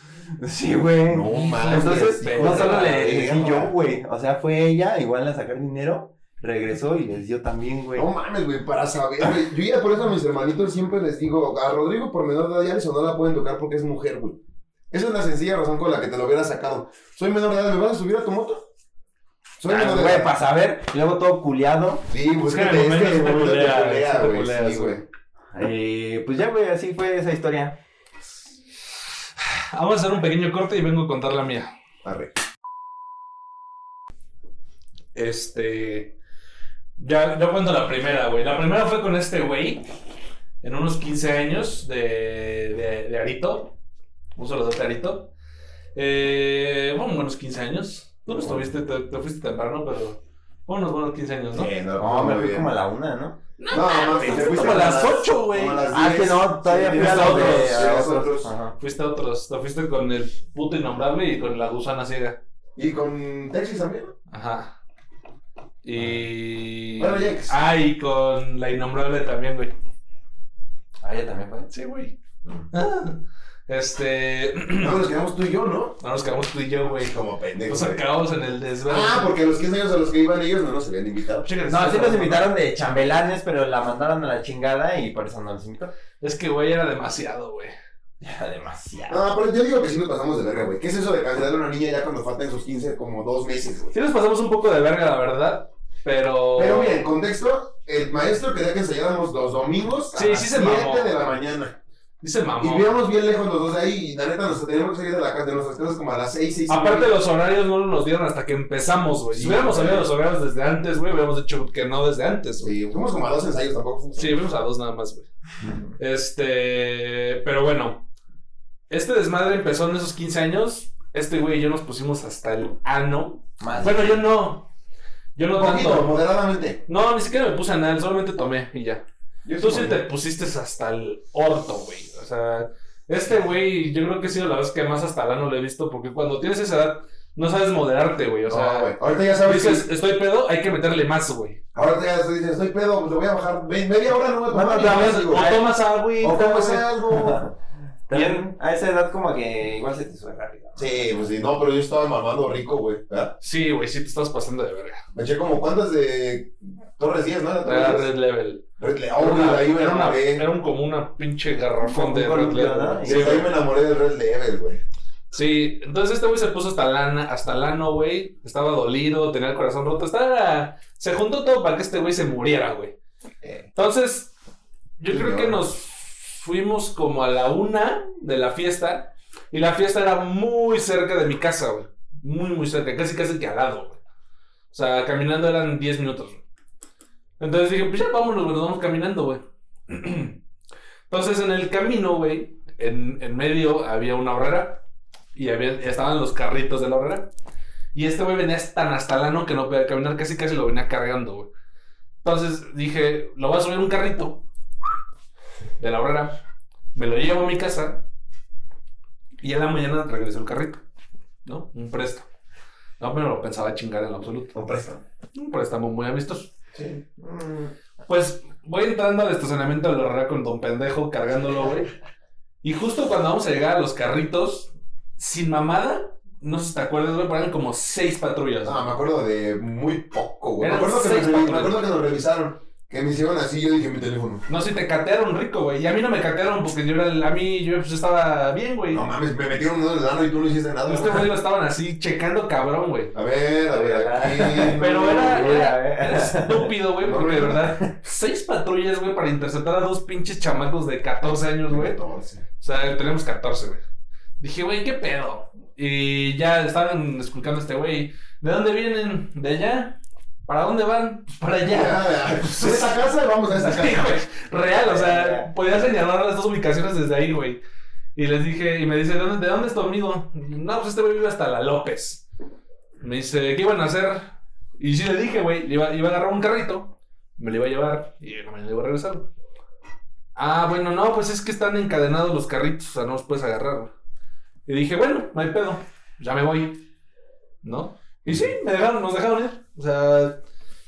S2: Sí, güey.
S3: No mames.
S2: Entonces,
S1: Qué
S2: no
S1: perra,
S2: solo le le di
S3: verga.
S2: yo, güey. O sea, fue ella igual a sacar dinero, regresó y les dio también, güey.
S3: No mames, güey, para saber, güey. Yo ya por eso a mis hermanitos siempre les digo, a Rodrigo por menor de edad ya les- no la pueden tocar porque es mujer, güey. Esa es la sencilla razón con la que te lo hubiera sacado. Soy menor de edad, ¿me vas a subir a tu moto? Soy
S2: Ah,
S3: menor de
S2: güey,
S3: edad.
S2: para saber, y luego todo culiado.
S3: Sí, pues
S1: Es
S3: que
S1: que
S3: te-
S1: en
S3: es
S1: el
S3: que
S1: momento
S3: en el
S1: te
S3: momento te
S1: buleas,
S3: bulea,
S1: te
S3: güey.
S1: buleas,
S3: Sí, güey.
S2: Eh, pues ya, güey, así fue esa historia.
S1: Vamos a hacer un pequeño corte y vengo a contar la mía.
S3: Arre.
S1: Este. Ya, ya cuento la primera, güey. La primera fue con este güey. En unos 15 años de, de, de Arito. Un saludote a Arito. Eh, bueno, unos 15 años. Tú no estuviste, te, te fuiste temprano, pero. Unos buenos 15 años, ¿no?
S3: Sí, no,
S2: No, me
S3: muy
S2: fui
S3: bien.
S2: como a la una, ¿no?
S3: No, mames, te fuiste
S1: como a las 8, güey.
S3: como a las
S2: Ah, que
S3: 10.
S2: no, todavía
S3: Sí,
S2: fui a
S1: fuiste a
S2: la de
S1: otros,
S2: a
S3: fuiste a
S2: otros.
S3: otros.
S2: Ajá.
S1: Fuiste a otros. Te fuiste con el puto innombrable y con la gusana ciega.
S3: Y con Texas también.
S1: Ajá. Y.
S3: Bueno, Jax.
S1: Ah, y con la innombrable también, güey.
S2: Ah, ella también fue.
S1: Sí, güey.
S3: Mm.
S1: Ah, Este. [CLEARS THROAT]
S3: No, nos quedamos tú y yo, ¿no?
S1: No nos quedamos tú y yo, güey.
S3: Como pendejos.
S1: Nos acabamos en el desvelo.
S3: Ah, porque los 15 años a los que iban ellos no nos habían invitado.
S1: Chéquense.
S2: No, sí nos invitaron de chambelanes, pero la mandaron a la chingada y por eso no nos invitó.
S1: Es que, güey, era demasiado, güey.
S2: Ya, demasiado.
S3: Ah, pero yo digo que sí nos pasamos de verga, güey. ¿Qué es eso de cancelar a una niña ya cuando faltan sus 15 como dos meses, güey?
S1: Sí nos pasamos un poco de verga, la verdad. Pero.
S3: Pero mira, en contexto, el maestro quería que ensayáramos los domingos a
S1: Sí,
S3: las
S1: sí se
S3: 7
S1: mamó.
S3: de la mañana.
S1: Dice
S3: Y
S1: mamón.
S3: vivíamos bien lejos los dos de ahí y la neta nos teníamos que salir de, la casa, de nuestras casas como a las 6, 6
S1: Aparte, los horarios no nos dieron hasta que empezamos, güey. Si
S3: Sí,
S1: hubiéramos
S3: güey.
S1: sabido los horarios desde antes, güey, hubiéramos dicho que no desde antes, güey.
S3: Sí, fuimos como a dos ensayos, tampoco fuimos.
S1: Sí, fuimos a dos nada más, güey. Este. Pero bueno. Este desmadre empezó en esos 15 años. Este güey y yo nos pusimos hasta el ano.
S2: Más.
S1: Bueno, yo no. Yo no
S3: Un poquito,
S1: tanto.
S3: moderadamente.
S1: No, ni siquiera me puse a nada, solamente tomé y ya.
S3: Yo
S1: Tú
S3: sí
S1: sí te pusiste hasta el orto, güey. O sea, este güey, yo creo que ha sido la vez que más hasta la no lo he visto, porque cuando tienes esa edad, no sabes moderarte, güey. O
S3: No, güey.
S1: sea,
S3: Ahorita ya sabes que-
S1: dices, estoy pedo, hay que meterle más, güey.
S3: Ahorita ya se dice, estoy pedo, pues le voy a bajar ve- media hora, no voy a
S2: No,
S3: tomar
S2: no,
S3: ni
S2: no,
S3: más,
S2: no,
S3: digo,
S1: O
S2: Ay,
S1: tomas agua,
S3: O cómo
S1: tomas
S3: es algo.
S2: También a esa edad como que igual se te sube rápido.
S3: Sí, pues sí, no, pero yo estaba mamando rico, güey. ¿verdad?
S1: Sí, güey, sí te estás pasando de verga.
S3: Me eché como cuántas de Torres 10, ¿no? Era
S1: Era
S3: Torres 10.
S1: red level.
S3: Red León,
S1: Era una-
S3: ahí me
S1: era, una-
S3: enamoré.
S1: era un- como una pinche garrafón de
S2: Como un
S1: red
S2: columpio,
S1: level.
S2: ¿no?
S1: güey.
S3: Y
S1: Sí,
S3: desde ahí
S1: güey.
S3: me enamoré del Red Level, güey.
S1: Sí, entonces este güey se puso hasta lana, hasta lano, güey. Estaba dolido, tenía el corazón roto. Estaba. Se juntó todo para que este güey se muriera, güey.
S3: Eh.
S1: Entonces, yo
S3: Sí,
S1: creo
S3: no.
S1: que nos fuimos como a la una de la fiesta. Y la fiesta era muy cerca de mi casa, güey. Muy, muy cerca, casi casi que al lado, güey. O sea, caminando eran 10 minutos, güey. Entonces dije, pues ya vámonos, güey, nos vamos caminando, güey. [CLEARS THROAT] Entonces en el camino, güey, en, en medio había una horrera y había, estaban los carritos de la horrera. Y este güey venía tan hasta lano que no podía caminar, casi casi lo venía cargando, güey. Entonces dije, lo voy a subir a un carrito de la horrera, me lo llevo a mi casa y en la mañana regresó el carrito, ¿no? Un préstamo. No me lo pensaba chingar en lo absoluto.
S3: Con presto.
S1: Un préstamo muy amistoso.
S3: Sí. Mm.
S1: Pues voy entrando al estacionamiento de la horrera con Don Pendejo cargándolo, güey. Y justo cuando vamos a llegar a los carritos, sin mamada, no sé si te acuerdas, güey, pero eran como seis patrullas.
S3: Ah,
S1: güey.
S3: me acuerdo de muy poco, güey. Me
S1: Eran
S3: acuerdo, que nos,
S1: seis
S3: revi- me
S1: patrones.
S3: acuerdo que nos revisaron. Que me hicieron así, yo dije mi teléfono.
S1: No sé, te catearon rico, güey. Y a mí no me catearon porque yo era el- a mí yo pues, estaba bien, güey.
S3: No mames, me metieron uno en el lano y tú no hiciste nada.
S1: Este
S3: güey.
S1: güey lo estaban así checando cabrón, güey.
S3: A ver, a ver,
S1: [LAUGHS]
S3: aquí.
S1: Pero era,
S2: güey, a
S1: era,
S2: ver.
S1: era estúpido, güey,
S3: eh. No,
S1: porque de
S3: güey.
S1: verdad, seis patrullas, güey, para interceptar a dos pinches chamacos de 14 años, güey.
S3: Entonces,
S1: O sea, tenemos 14, güey. Dije, güey, ¿qué pedo? Y ya estaban esculcando a este güey. ¿De dónde vienen? ¿De allá? ¿Para dónde van? Pues para allá.
S3: Ya, ya, pues, esta casa, vamos a esta
S1: [LAUGHS] Sí,
S3: casa.
S1: güey. Real, o sea, podía señalar las dos ubicaciones desde ahí, güey. Y les dije, y me dice, ¿de dónde, de dónde es tu amigo? No, pues este güey vive hasta la López. Me dice, ¿qué iban a hacer? Y sí le dije, güey, le iba, iba a agarrar un carrito, me lo iba a llevar y en la mañana le iba a regresar. Ah, bueno, no, pues es que están encadenados los carritos, o sea, no los puedes agarrar. güey. Y dije, bueno, no hay pedo, ya me voy. ¿No? Y sí, me dejaron, nos dejaron ir. O sea,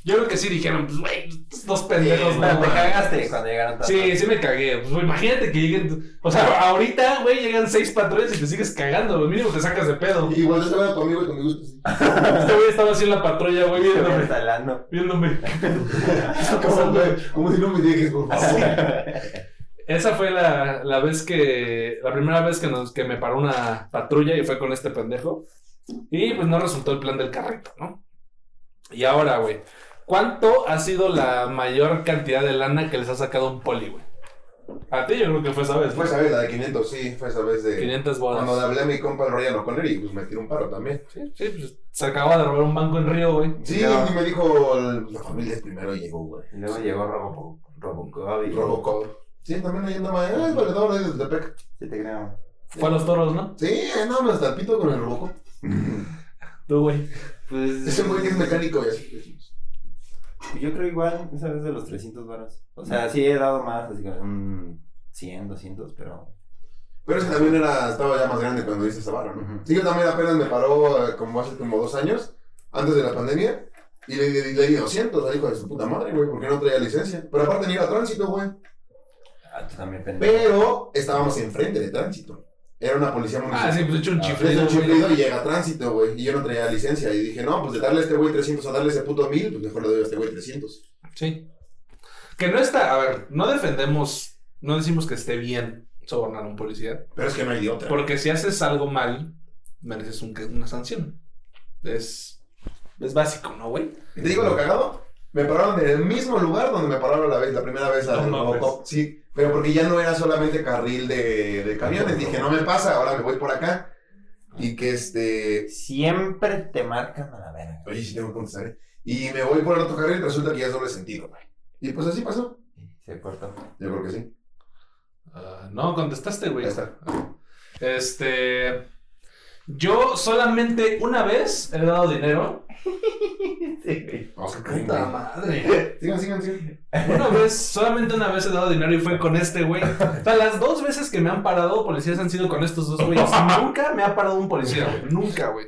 S1: yo creo que sí dijeron, pues, güey, estos dos pendejos,
S3: Sí,
S1: no
S2: Pero te
S1: mames.
S2: cagaste cuando llegaron todos.
S1: Sí, sí me cagué. Pues, güey, imagínate que lleguen. O sea, ahorita, güey, llegan seis patrullas y te sigues cagando. güey, Mínimo te sacas de pedo.
S3: Y volteaste a ver a tu amigo y tu amigo.
S1: [LAUGHS]
S3: sí.
S1: Este güey estaba así en la patrulla, güey,
S2: Se me
S1: viéndome. [LAUGHS]
S2: está helando.
S1: Viéndome.
S3: Como, güey, como si no me dejes, por favor.
S1: [LAUGHS] Esa fue la, la vez que. La primera vez que, nos, que me paró una patrulla y fue con este pendejo. Y pues no resultó el plan del carrito, ¿no? Y ahora, güey. ¿Cuánto ha sido la mayor cantidad de lana que les ha sacado un poli, güey? A ti yo creo que fue esa vez,
S3: Fue
S1: güey.
S3: esa vez, la de 500, sí, fue esa vez de...
S1: 500 bolas.
S3: Cuando le hablé a mi compa el Ryan O'Connor y pues me tiró un paro también.
S1: Sí, sí, pues, se acababa de robar un banco en Río, güey.
S3: Sí,
S2: No.
S3: y me dijo el- la familia es primero y llegó, güey.
S2: Y luego llegó Robo- Robocop y...
S3: Robocop. Sí, también ahí andaba, eh, valedor ahí desde Tepec.
S2: Sí te creo.
S1: Fue a los toros, ¿no?
S3: Sí, ahí andábamos hasta el pito con el Robocop.
S1: Tú, güey.
S2: Pues...
S3: Ese güey que es mecánico y así.
S2: Yo creo igual, esa vez de los 300 varos. O sea, sí he dado más, así que mm, 100, 200, pero...
S3: Pero ese también era, estaba ya más grande cuando hice esa vara, ¿no?
S2: Ujú.
S3: Sí, yo también apenas me paró eh, como hace como dos años, antes de la pandemia, y le, le, le di 200 al hijo de su puta madre, güey, porque no traía licencia. Pero aparte ni era tránsito, güey.
S2: Ah, tú también pendejo.
S3: Pero estábamos enfrente de tránsito. Era una policía municipal.
S1: Ah, sí, pues he hecho un
S2: Ah,
S3: Le hice
S1: chiflido,
S3: un
S1: güey.
S3: chiflido y llega a tránsito, güey. Y yo no traía licencia. Y dije, no, pues de darle a este güey 300 a darle a ese puto 1000, pues mejor le doy a este güey 300.
S1: Sí. Que no está, a ver, no defendemos, no decimos que esté bien sobornar a un policía.
S3: Pero es que no hay de otra.
S1: Porque si haces algo mal, mereces un- una sanción. Es, es básico, ¿no, güey?
S3: ¿Te digo lo cagado? Me pararon en el mismo lugar donde me pararon la, vez, la primera vez al
S1: No mames.
S3: Robocop. Sí, pero porque ya no era solamente carril de, de camiones. Dije, no me pasa, ahora me voy por acá. Y que este.
S2: Siempre te marcan a la verga.
S3: Oye, sí tengo que contestar. ¿eh? Y me voy por el otro carril y resulta que ya es doble sentido, güey. Y pues así pasó.
S2: Se cortó.
S3: Yo creo que sí.
S1: Ah, no, contestaste, güey.
S3: Ya está.
S1: Este. Yo solamente una vez he dado dinero.
S3: Vamos a
S2: Puta
S1: madre!
S3: [LAUGHS] Sigan, sigan, sigan.
S1: Una vez, solamente una vez he dado dinero y fue con este güey. O sea, las dos veces que me han parado policías han sido con estos dos güeyes. Nunca me ha parado un policía, güey. Nunca, güey.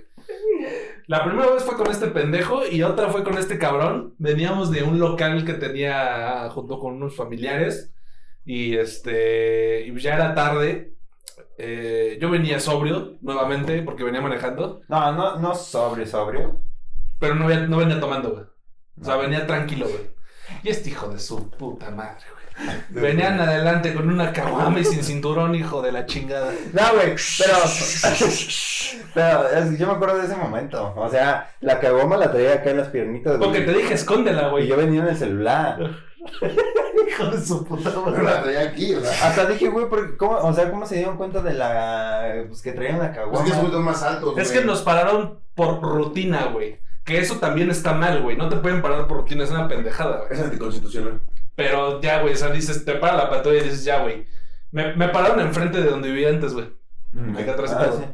S1: La primera vez fue con este pendejo y otra fue con este cabrón. Veníamos de un local que tenía junto con unos familiares y este y ya era tarde. Eh, yo venía sobrio nuevamente porque venía manejando,
S2: No, no, no sobre, sobrio.
S1: pero no, había- no venía tomando, güey. O sea,
S2: No.
S1: venía tranquilo, güey. Y este hijo de su puta madre, güey. Venían adelante con una caguama y sin cinturón, hijo de la chingada.
S2: No, güey, pero. pero es- yo me acuerdo de ese momento. O sea, la cagoma la traía acá en las piernitas. güey.
S1: Porque te dije, escóndela,
S2: Y
S1: güey.
S2: yo venía en el celular.
S1: Hijo de su puta
S3: Pero la traía aquí, o sea.
S2: Hasta dije, güey, ¿por qué- ¿cómo, o sea, ¿cómo se dieron cuenta de la. Pues que traían la
S3: Es
S2: cagoma?
S3: que son los más altos,
S1: Es
S3: güey.
S1: que nos pararon por rutina, güey. Que eso también está mal, güey. No te pueden parar por rutina, es una pendejada, güey.
S3: Es anticonstitucional.
S1: Pero ya, güey, o sea, dices, te para la patrulla y dices, ya, güey. Me, me pararon enfrente de donde vivía antes, güey. Acá atrás.
S2: Ah, sí.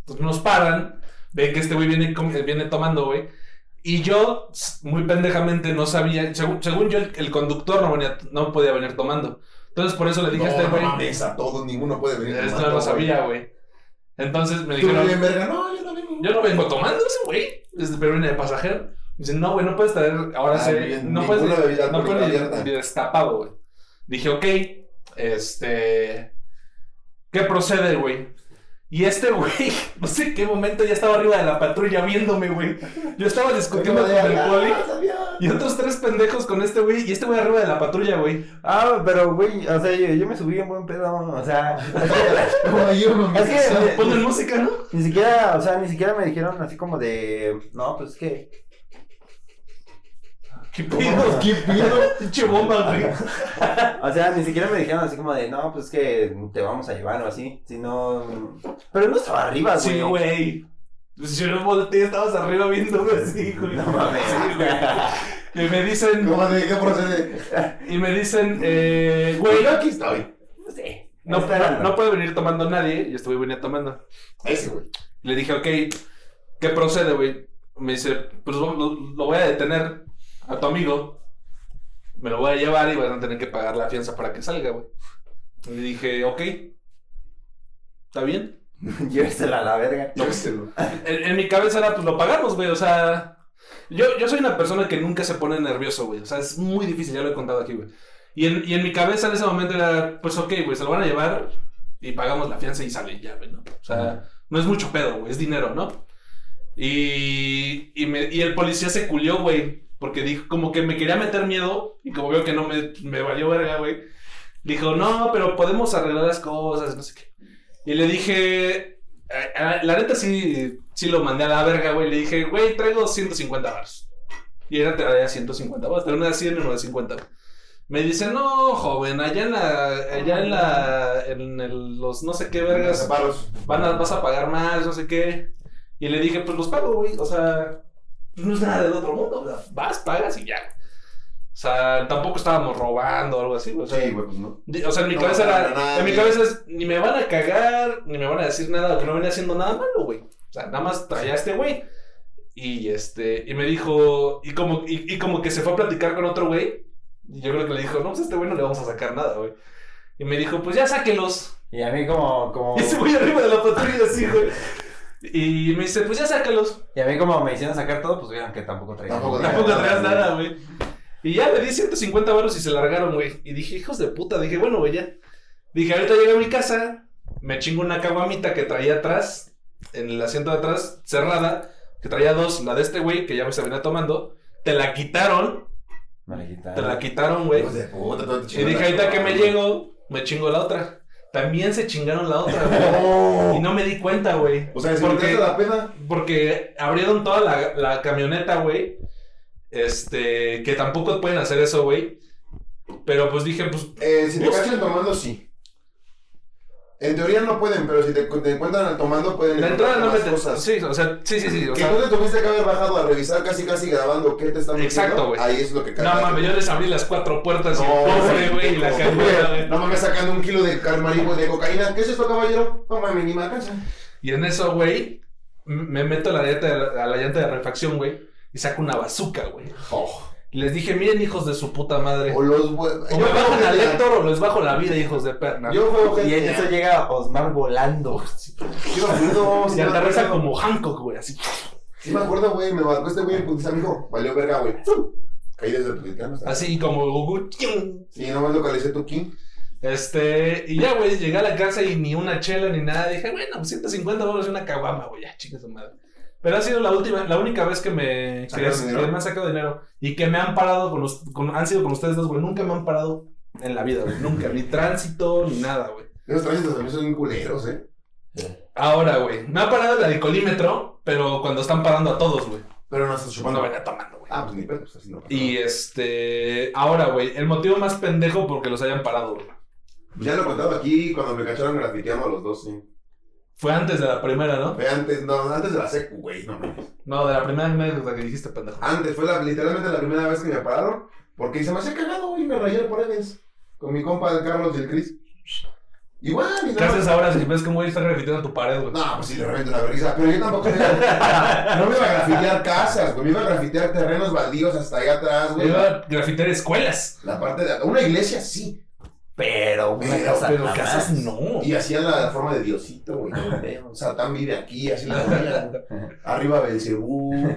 S1: Entonces nos paran, ven que este güey viene, com- eh, viene tomando, güey. Y yo, s- muy pendejamente, no sabía. Según, según yo, el, el conductor no, venía- no podía venir tomando. Entonces, por eso le dije a este
S3: No,
S1: güey.
S3: no mames, a todos, ninguno puede venir.
S1: esto no
S3: tomando,
S1: lo sabía, güey. Entonces me
S3: Tú
S1: dijeron,
S3: bien verga, no, yo no vengo.
S1: yo no vengo tomando ese güey. Desde Perú viene de pasajero. Dicen, no, güey, no puedes traer. Ahora
S3: Ah,
S1: sí.
S3: bien,
S1: No puedes.
S3: ninguna bebida
S1: No
S3: alcohólica
S1: puedes
S3: abierta.
S1: ir destapado, güey. Dije, ok. Este. ¿Qué procede, güey? Y este güey, [LAUGHS] no sé en qué momento ya estaba arriba de la patrulla viéndome, güey. Yo estaba discutiendo
S3: Como
S1: con
S3: de,
S1: el
S3: "Ah,
S1: poli
S3: sabía".
S1: y otros tres pendejos con este güey. Y este güey arriba de la patrulla, güey.
S2: Ah, pero, güey, o sea, yo, yo me subí en buen pedo.
S3: [LAUGHS]
S2: O sea,
S3: Como yo, mami.
S2: es que.
S1: Ponen música, ¿no?
S2: Ni siquiera, o sea, ni siquiera me dijeron así como de, no, pues que,
S1: ¿Qué pedo? ¿Qué pedo? [LAUGHS] Pinche bomba, güey.
S2: o sea, ni siquiera me dijeron así como de, no, pues que te vamos a llevar o así, sino, pero no estaba arriba, güey.
S1: Ah, Sí, güey. Pues yo no volteé, estabas arriba viéndome así, güey.
S2: [LAUGHS] No mames.
S1: Sí, güey. Y me dicen,
S3: Como de, ¿qué procede?
S1: y me dicen, eh,
S3: Güey,
S1: güey,
S3: yo aquí estoy.
S2: No sé.
S1: no,
S2: Ahí está.
S1: no, no puede venir tomando nadie. Y este güey venía tomando.
S3: Ese, güey.
S1: Le dije, ok, ¿qué procede, güey? Me dice, pues lo, lo voy a detener a tu amigo. Me lo voy a llevar y van a tener que pagar la fianza para que salga, güey. Le dije, ok. ¿Está bien?
S2: [LAUGHS] Llévesela a la verga.
S3: Yo qué sé, güey.
S1: En, en mi cabeza era, pues lo pagamos, güey. O sea, yo, yo soy una persona que nunca se pone nervioso, güey. O sea, es muy difícil, ya lo he contado aquí, güey. Y en, y en mi cabeza en ese momento era, pues ok, güey, se lo van a llevar y pagamos la fianza y sale ya, güey, ¿no? O sea, no es mucho pedo, güey, es dinero, ¿no? Y, y, me- y el policía se culió, güey, porque dijo, como que me quería meter miedo y como veo que no me, me valió verga, güey, dijo, no, pero podemos arreglar las cosas, no sé qué. Y le dije, a- a- la neta sí, sí lo mandé a la verga, güey, le dije, güey, traigo 150 baros. Y era traía 150 baros, pero una de 100 y una de 50. Me dice, no, joven, allá en la, allá en la, en el- los no sé qué vergas,
S3: Zaparos.
S1: van a- vas a pagar más, no sé qué. Y le dije, pues los pago, güey. O sea, pues, no es nada del otro mundo. o sea, vas, pagas y ya. O sea, tampoco estábamos robando o algo así, güey. O sea,
S3: Sí, güey, pues no.
S1: di- o sea, en mi
S3: No,
S1: cabeza
S3: no,
S1: era-
S3: no, nada,
S1: en mi
S3: ni-
S1: cabeza es, ni me van a cagar, ni me van a decir nada, que no venía haciendo nada malo, güey. O sea, nada más traía a este güey. Y este, y me dijo, y como, y, y como que se fue a platicar con otro güey. Y yo creo que le dijo, no, pues a este güey no le vamos a sacar nada, güey. Y me dijo, pues ya sáquelos.
S2: Y a mí como, como,
S1: Y ese güey arriba de la patrulla así, güey. Y me dice, pues ya sácalos.
S2: y a mí como me hicieron sacar todo, pues vieron que tampoco traía.
S3: Tampoco traía.
S1: Tampoco traías nada, Ah, güey. Y ya le di 150 baros y se largaron, güey. Y dije, hijos de puta. Dije, bueno, güey, ya. Dije, ahorita llego a mi casa, me chingo una caguamita que traía atrás, en el asiento de atrás, cerrada, que traía dos, la de este güey, que ya me se venía tomando, te la quitaron,
S2: Me la quitaron.
S1: te la quitaron, güey.
S3: Hijos de puta, todo
S1: Y dije, ahorita que me llego, me chingo la otra. También se chingaron la otra, [LAUGHS] güey. Y no me di cuenta, güey.
S3: O sea, si
S1: Porque-
S3: porque... la pena.
S1: Porque abrieron toda la, la camioneta, güey. Este, que tampoco pueden hacer eso, güey. Pero pues dije, pues,
S3: Eh, si te
S1: Pues-
S3: cachan tomando, sí. En teoría no pueden, pero si te, te encuentran tomando, pueden
S1: la entrada no me...
S3: encontrar más cosas.
S1: Sí, o sea, sí, sí, sí. O
S3: Que
S1: sea,
S3: tú te tuviste que haber bajado a revisar casi casi grabando qué te están diciendo.
S1: Exacto, güey.
S3: Ahí es lo que
S1: no
S3: cagaste.
S1: mames, yo les abrí las cuatro puertas y el
S3: No,
S1: cofre, güey, y la
S3: no,
S1: camioneta, güey.
S3: No mames, sacando un kilo de carmaribo de cocaína. ¿Qué es esto, caballero? No mames, ni me alcanza.
S1: Y en eso, güey, m- me meto a la llanta de, a la llanta de refacción, güey. Y saco una bazuca, güey.
S3: Oh,
S1: Y les dije, miren, hijos de su puta madre.
S3: o los hue-
S1: O me
S3: Yo
S1: bajan
S3: juego
S1: al
S3: que-
S1: Héctor o les bajo la vida, hijos de perna.
S3: Yo juego que-
S2: Y en eso llega Osmar volando.
S3: Yo me
S1: [LAUGHS]
S3: acuerdo, sí
S1: y
S3: me
S1: aterriza
S3: acuerdo.
S1: como Hancock, güey, así.
S3: Sí me acuerdo, güey. Me marcó este güey en putiza, amigo. Valió verga, güey. Caí desde el puticano.
S1: Así como Gugu. ¡tium!
S3: Sí, nomás localicé tu king.
S1: Este, y ya, güey, llegué a la casa y ni una chela ni nada. Dije, bueno, pues, 150 dólares y una caguama, güey, ya, chingue su madre. Pero ha sido la última, la única vez que me, que,
S3: ¿Sacaron dinero?
S1: que me han sacado dinero y que me han parado con los, con- han sido con ustedes dos, güey. Nunca me han parado en la vida, güey. Nunca, ni tránsito, ni nada, güey.
S3: Esos tránsitos también son bien culeros, ¿eh?
S1: Ahora, güey, me ha parado el alcoholímetro, pero cuando están parando a todos, güey.
S3: Pero no estás
S1: Cuando
S3: chupando.
S1: venía tomando, güey.
S3: Ah, pues ni pedo, pues así no pasa
S1: Y
S3: nada.
S1: este, ahora, güey, el motivo más pendejo porque los hayan parado, güey.
S3: Pues ya lo he contado aquí, cuando me cacharon grafiteando a los dos, sí.
S1: Fue antes de la primera, ¿no?
S3: Fue antes, no, antes de la secu, güey, no mames.
S1: No, de la primera anécdota que dijiste, pendejo.
S3: Antes, fue la- literalmente la primera vez que me pararon, porque se me hacía cagado, güey, me rayé el paredes. Con mi compa el Carlos y el Cris. Igual, y
S1: ¿Qué
S3: nada más-
S1: haces ahora si ves que un güey está grafiteando tu pared, güey?
S3: No, pues sí, le revento la vergüenza, pero yo tampoco me iba, no me iba a grafitear casas, güey, me iba a grafitear terrenos baldíos hasta allá atrás,
S1: Yo
S3: güey.
S1: Iba a grafitear escuelas.
S3: La parte de una iglesia sí,
S2: Pero, una
S3: Pero-
S2: casa
S1: Pero
S2: jamás.
S1: casas no.
S3: y hacían la forma de Diosito, güey. O sea, tan vive aquí, así la ponían. Arriba Belcebú.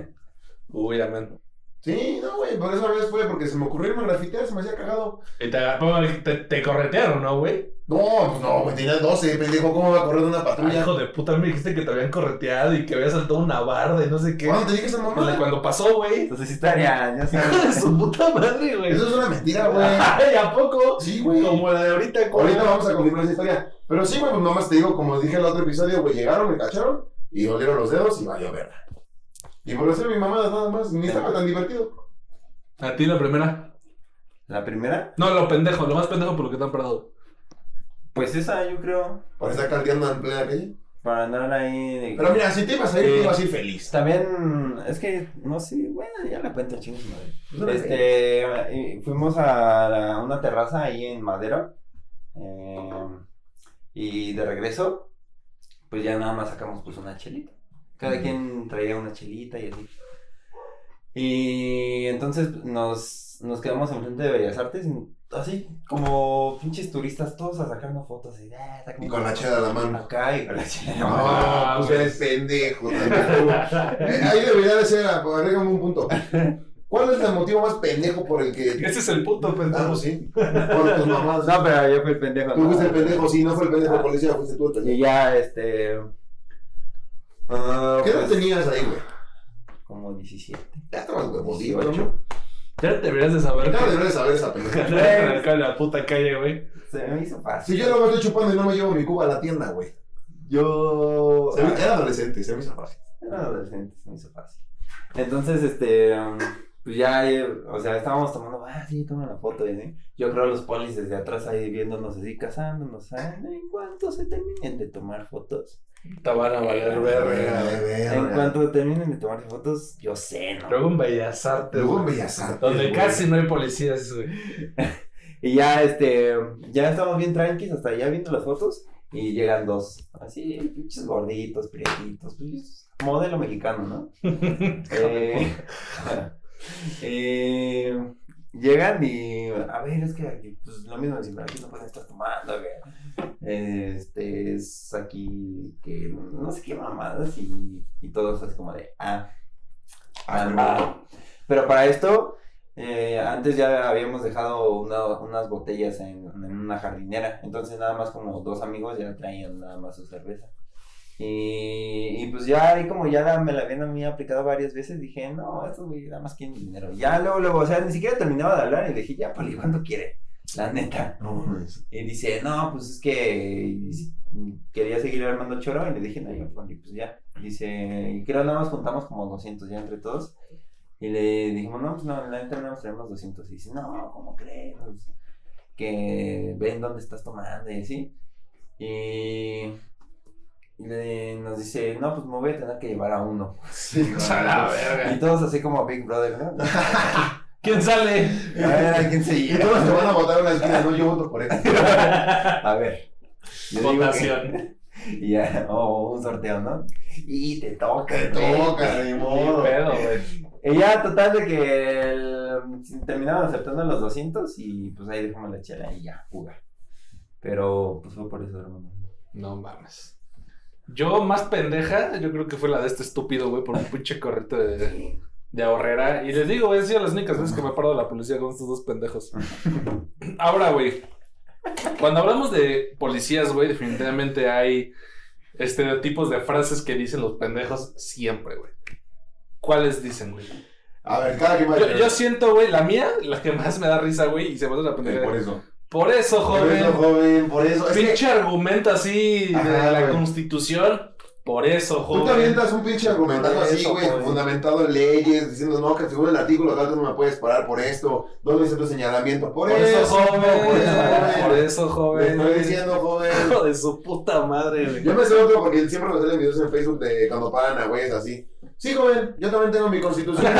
S1: Uy, amén.
S3: Sí, no, güey, por esa vez fue porque se me ocurrió irme a grafitear, se me hacía cagado.
S1: Y te, agarraron- te, te corretearon, ¿no, güey?
S3: No, pues no, güey, tenía 12, pendejo, ¿cómo va a correr de una
S1: Ay,
S3: patrulla?
S1: hijo de puta, me dijiste que te habían correteado y que había saltado una barda y no sé qué. Pues,
S3: ¿Cuándo te dije esa mamá?
S1: Cuando pasó, güey.
S2: Entonces sí estaría, ya sabes.
S1: Hijo de su puta madre, güey.
S3: Eso es una mentira, güey.
S1: [LAUGHS] Ay, ¿a poco?
S3: Sí, güey.
S1: Como la de ahorita, güey.
S3: Ahorita vamos a confirmar esa historia. Pero sí, güey, pues nomás te digo, como dije en el otro episodio, güey, llegaron, me cacharon y olieron los dedos y valió verga. Y por hacer mi mamada nada más, ni estaba tan divertido.
S1: A ti la primera.
S2: La primera,
S1: No, lo pendejo, lo más pendejo por lo que te han parado.
S2: pues esa yo creo,
S3: Para estar caldeando en plena calle.
S2: para andar ahí. de-
S3: Pero mira, si te ibas a ir,
S2: Sí.
S3: te ibas a ir feliz.
S2: También, es que, no sé, bueno, ya la cuento, chingos madre.
S3: Pues, no sé.
S2: Este, eh, fuimos a la- una terraza ahí en Madero. eh, y de regreso, pues ya nada más sacamos pues una chelita. Cada quien traía una chelita y así. Y entonces nos, nos quedamos enfrente de Bellas Artes, así como pinches turistas, todos a sacarnos fotos. Y, ah, sacamos
S3: Y con la
S2: fotos
S3: chela en la mano.
S2: Acá y con la chela en la mano.
S1: Ah,
S3: No, pues eres pendejo.
S1: [LAUGHS]
S3: también tú. Eh, Ahí debería de ser, agrégame un punto. ¿Cuál es el motivo más pendejo por el
S1: [LAUGHS]
S3: que...
S1: Ese es el punto,
S3: Ah, pues sí. [LAUGHS] Por tus mamadas.
S2: [LAUGHS] No, pero yo fui el pendejo.
S3: Tú
S2: ¿no? Ah.
S3: fuiste el pendejo, sí, no fue el pendejo policía, fuiste tú el pendejo.
S2: Y ya, este. ah,
S3: ¿Qué edad
S2: pues,
S3: tenías ahí, güey?
S2: Como 17.
S3: Ya estabas huevudito,
S2: 18.
S3: ¿no?
S1: Ya deberías de saber
S3: Ya
S1: que...
S3: deberías saber esa
S1: Ya
S2: [LAUGHS]
S3: pendeja.
S1: deberías de saber que en la puta calle, güey.
S2: Se me hizo fácil.
S3: Si yo lo estoy chupando y no me llevo mi cuba a la tienda, güey.
S2: Yo. ah,
S3: Se me- Era adolescente, se me hizo fácil.
S2: Era adolescente, se me hizo fácil. Entonces, este. um, Pues ya, eh, o sea, estábamos tomando, ah, sí, toma la foto. y así. Yo creo los polis desde atrás ahí viéndonos así, casándonos. ah, En cuanto se terminen de tomar fotos.
S1: Te van a valer verga.
S2: En cuanto terminen de tomar fotos, yo sé, ¿no?
S1: Luego en Bellas Artes,
S3: Luego en
S1: güey,
S3: Bellas Artes.
S1: Donde
S3: güey.
S1: casi no hay policías, güey.
S2: Y ya, este, ya estamos bien tranquilos hasta allá viendo las fotos y llegan dos, así, pinches gorditos, prietitos, pues, modelo mexicano, ¿no? Eh, [LAUGHS] eh, llegan y, a ver, es que aquí, pues, lo mismo, siempre aquí no pueden estar tomando, güey. Este, es aquí que, no sé qué mamadas y, y todo eso es como de, ah, ah, no. Pero ah". para esto, eh, antes ya habíamos dejado una- unas botellas en, en una jardinera, entonces nada más como dos amigos ya traían nada más su cerveza. Y, y pues ya ahí como ya la- me la habían a mí aplicado varias veces, dije, no, esto güey nada más quieren dinero. Ya luego, luego, o sea, ni siquiera terminaba de hablar y le dije, ya, Poli, ¿cuánto quiere? La neta.
S3: No mames.
S2: Y dice, no, pues es que quería seguir armando choro. Y le dije, no, yo, Poli, pues ya. Dice, y creo nada más juntamos como 200 ya entre todos. Y le dijimos, no, pues no, la neta nada más tenemos 200. Y dice, no, ¿cómo crees? Que ven dónde estás tomando y así. Y le- nos dice, no, pues me voy a tener que llevar a uno.
S1: [LAUGHS]
S3: Sí,
S1: O sea, la
S2: Y
S1: verga.
S2: todos así como Big
S3: [LAUGHS]
S2: Brother, ¿no? A
S1: ¿Quién sale?
S2: ver, ¿a quién se
S3: Y
S2: lleva?
S3: todos te van a votar en la esquina, no, yo voto por él.
S2: [LAUGHS] A ver. Yo digo que-
S1: Votación.
S2: [LAUGHS] Y ya, o un sorteo, ¿no? Y te toca.
S3: Te
S2: güey.
S3: toca, ni modo.
S1: güey.
S2: Y ya, total, de que el- terminaron aceptando los 200 y pues ahí dejamos la chela y ya, jugar. Pero pues fue por eso, hermano.
S1: No mames. Yo, más pendeja, yo creo que fue la de este estúpido, güey, por un pinche correte de, de ahorrera. Y les digo, güey, han sido las únicas veces que me paro de la policía con estos dos
S3: [LAUGHS]
S1: pendejos. Ahora, güey, cuando hablamos de policías, güey, definitivamente hay estereotipos de frases que dicen los pendejos siempre, güey. ¿Cuáles dicen, güey?
S3: A ver, cada quien va a
S1: Yo, yo siento, güey, la mía, la que más me da risa, güey, y se me hace la pendeja.
S3: Por eso.
S1: Por eso,
S3: Por
S1: joven.
S3: eso, joven, por eso. Es que-
S1: Pinche argumento así de
S3: Ajá,
S1: la
S3: güey.
S1: constitución. Por eso,
S3: Tú te
S1: joven.
S3: avientas un pinche argumentado
S2: Por eso,
S3: así, güey,
S2: joven.
S3: fundamentado en leyes, diciendo, no, que según el artículo tal tú no me puedes parar por esto, ¿dónde dice tu señalamiento? Por,
S1: Por eso, joven.
S3: por eso, joven.
S1: Por
S3: [LAUGHS]
S1: eso,
S3: Te
S1: joven.
S3: estoy diciendo, joven.
S1: Hijo de su puta madre, güey.
S3: Yo me sé otro porque siempre me salen videos en Facebook de cuando paran a güeyes así. Sí, joven, yo también tengo mi constitución.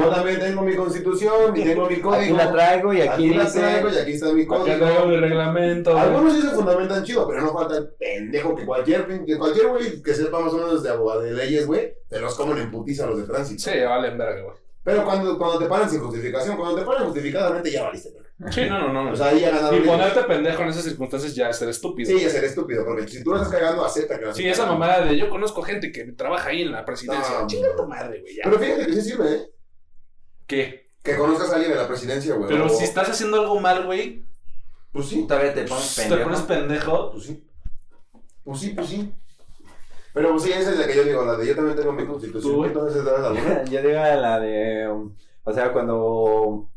S3: yo también tengo mi constitución y tengo mi
S2: Aquí
S3: código.
S2: la traigo y aquí,
S3: Aquí la
S2: dice-
S3: traigo y aquí está mi
S1: Acá traigo
S3: código.
S1: mi reglamento. güey.
S3: Algunos sí se fundamentan chido, pero no falta el pendejo que cualquier, que cualquier güey que sepa más o menos de, abogado de leyes, güey, te los comen en putiza los de tránsito.
S1: Sí, valen verga, güey.
S3: Pero cuando, cuando te paran sin justificación, cuando te paran justificadamente ya valiste. verga.
S1: Sí, no, no, no.
S3: O
S1: no.
S3: sea, ahí ya ganaron.
S1: y ponerte pendejo en esas circunstancias ya es ser estúpido.
S3: Sí, ya ser estúpido, porque si tú lo estás cagando, acepta que lo
S1: Sí,
S3: estás
S1: esa
S3: cagando.
S1: mamada de yo conozco gente que trabaja ahí en la presidencia.
S3: No,
S1: Chinga
S3: no.
S1: tu madre, güey. ya.
S3: Pero fíjate que sí sirve, ¿eh?
S1: ¿Qué?
S3: Que conozcas a alguien de la presidencia, güey.
S1: Pero
S3: o-
S1: si estás haciendo algo mal, güey,
S3: Pues
S2: Y
S3: sí,
S2: todavía te pones
S1: te pones
S2: pendejo.
S1: pendejo.
S3: pues sí. Pues sí, pues sí. Pero pues sí, esa es la que yo digo, la de yo también tengo mi constitución.
S1: ¿Tú, güey?
S3: entonces darás la luna.
S2: Yo digo la de. um, O sea, cuando.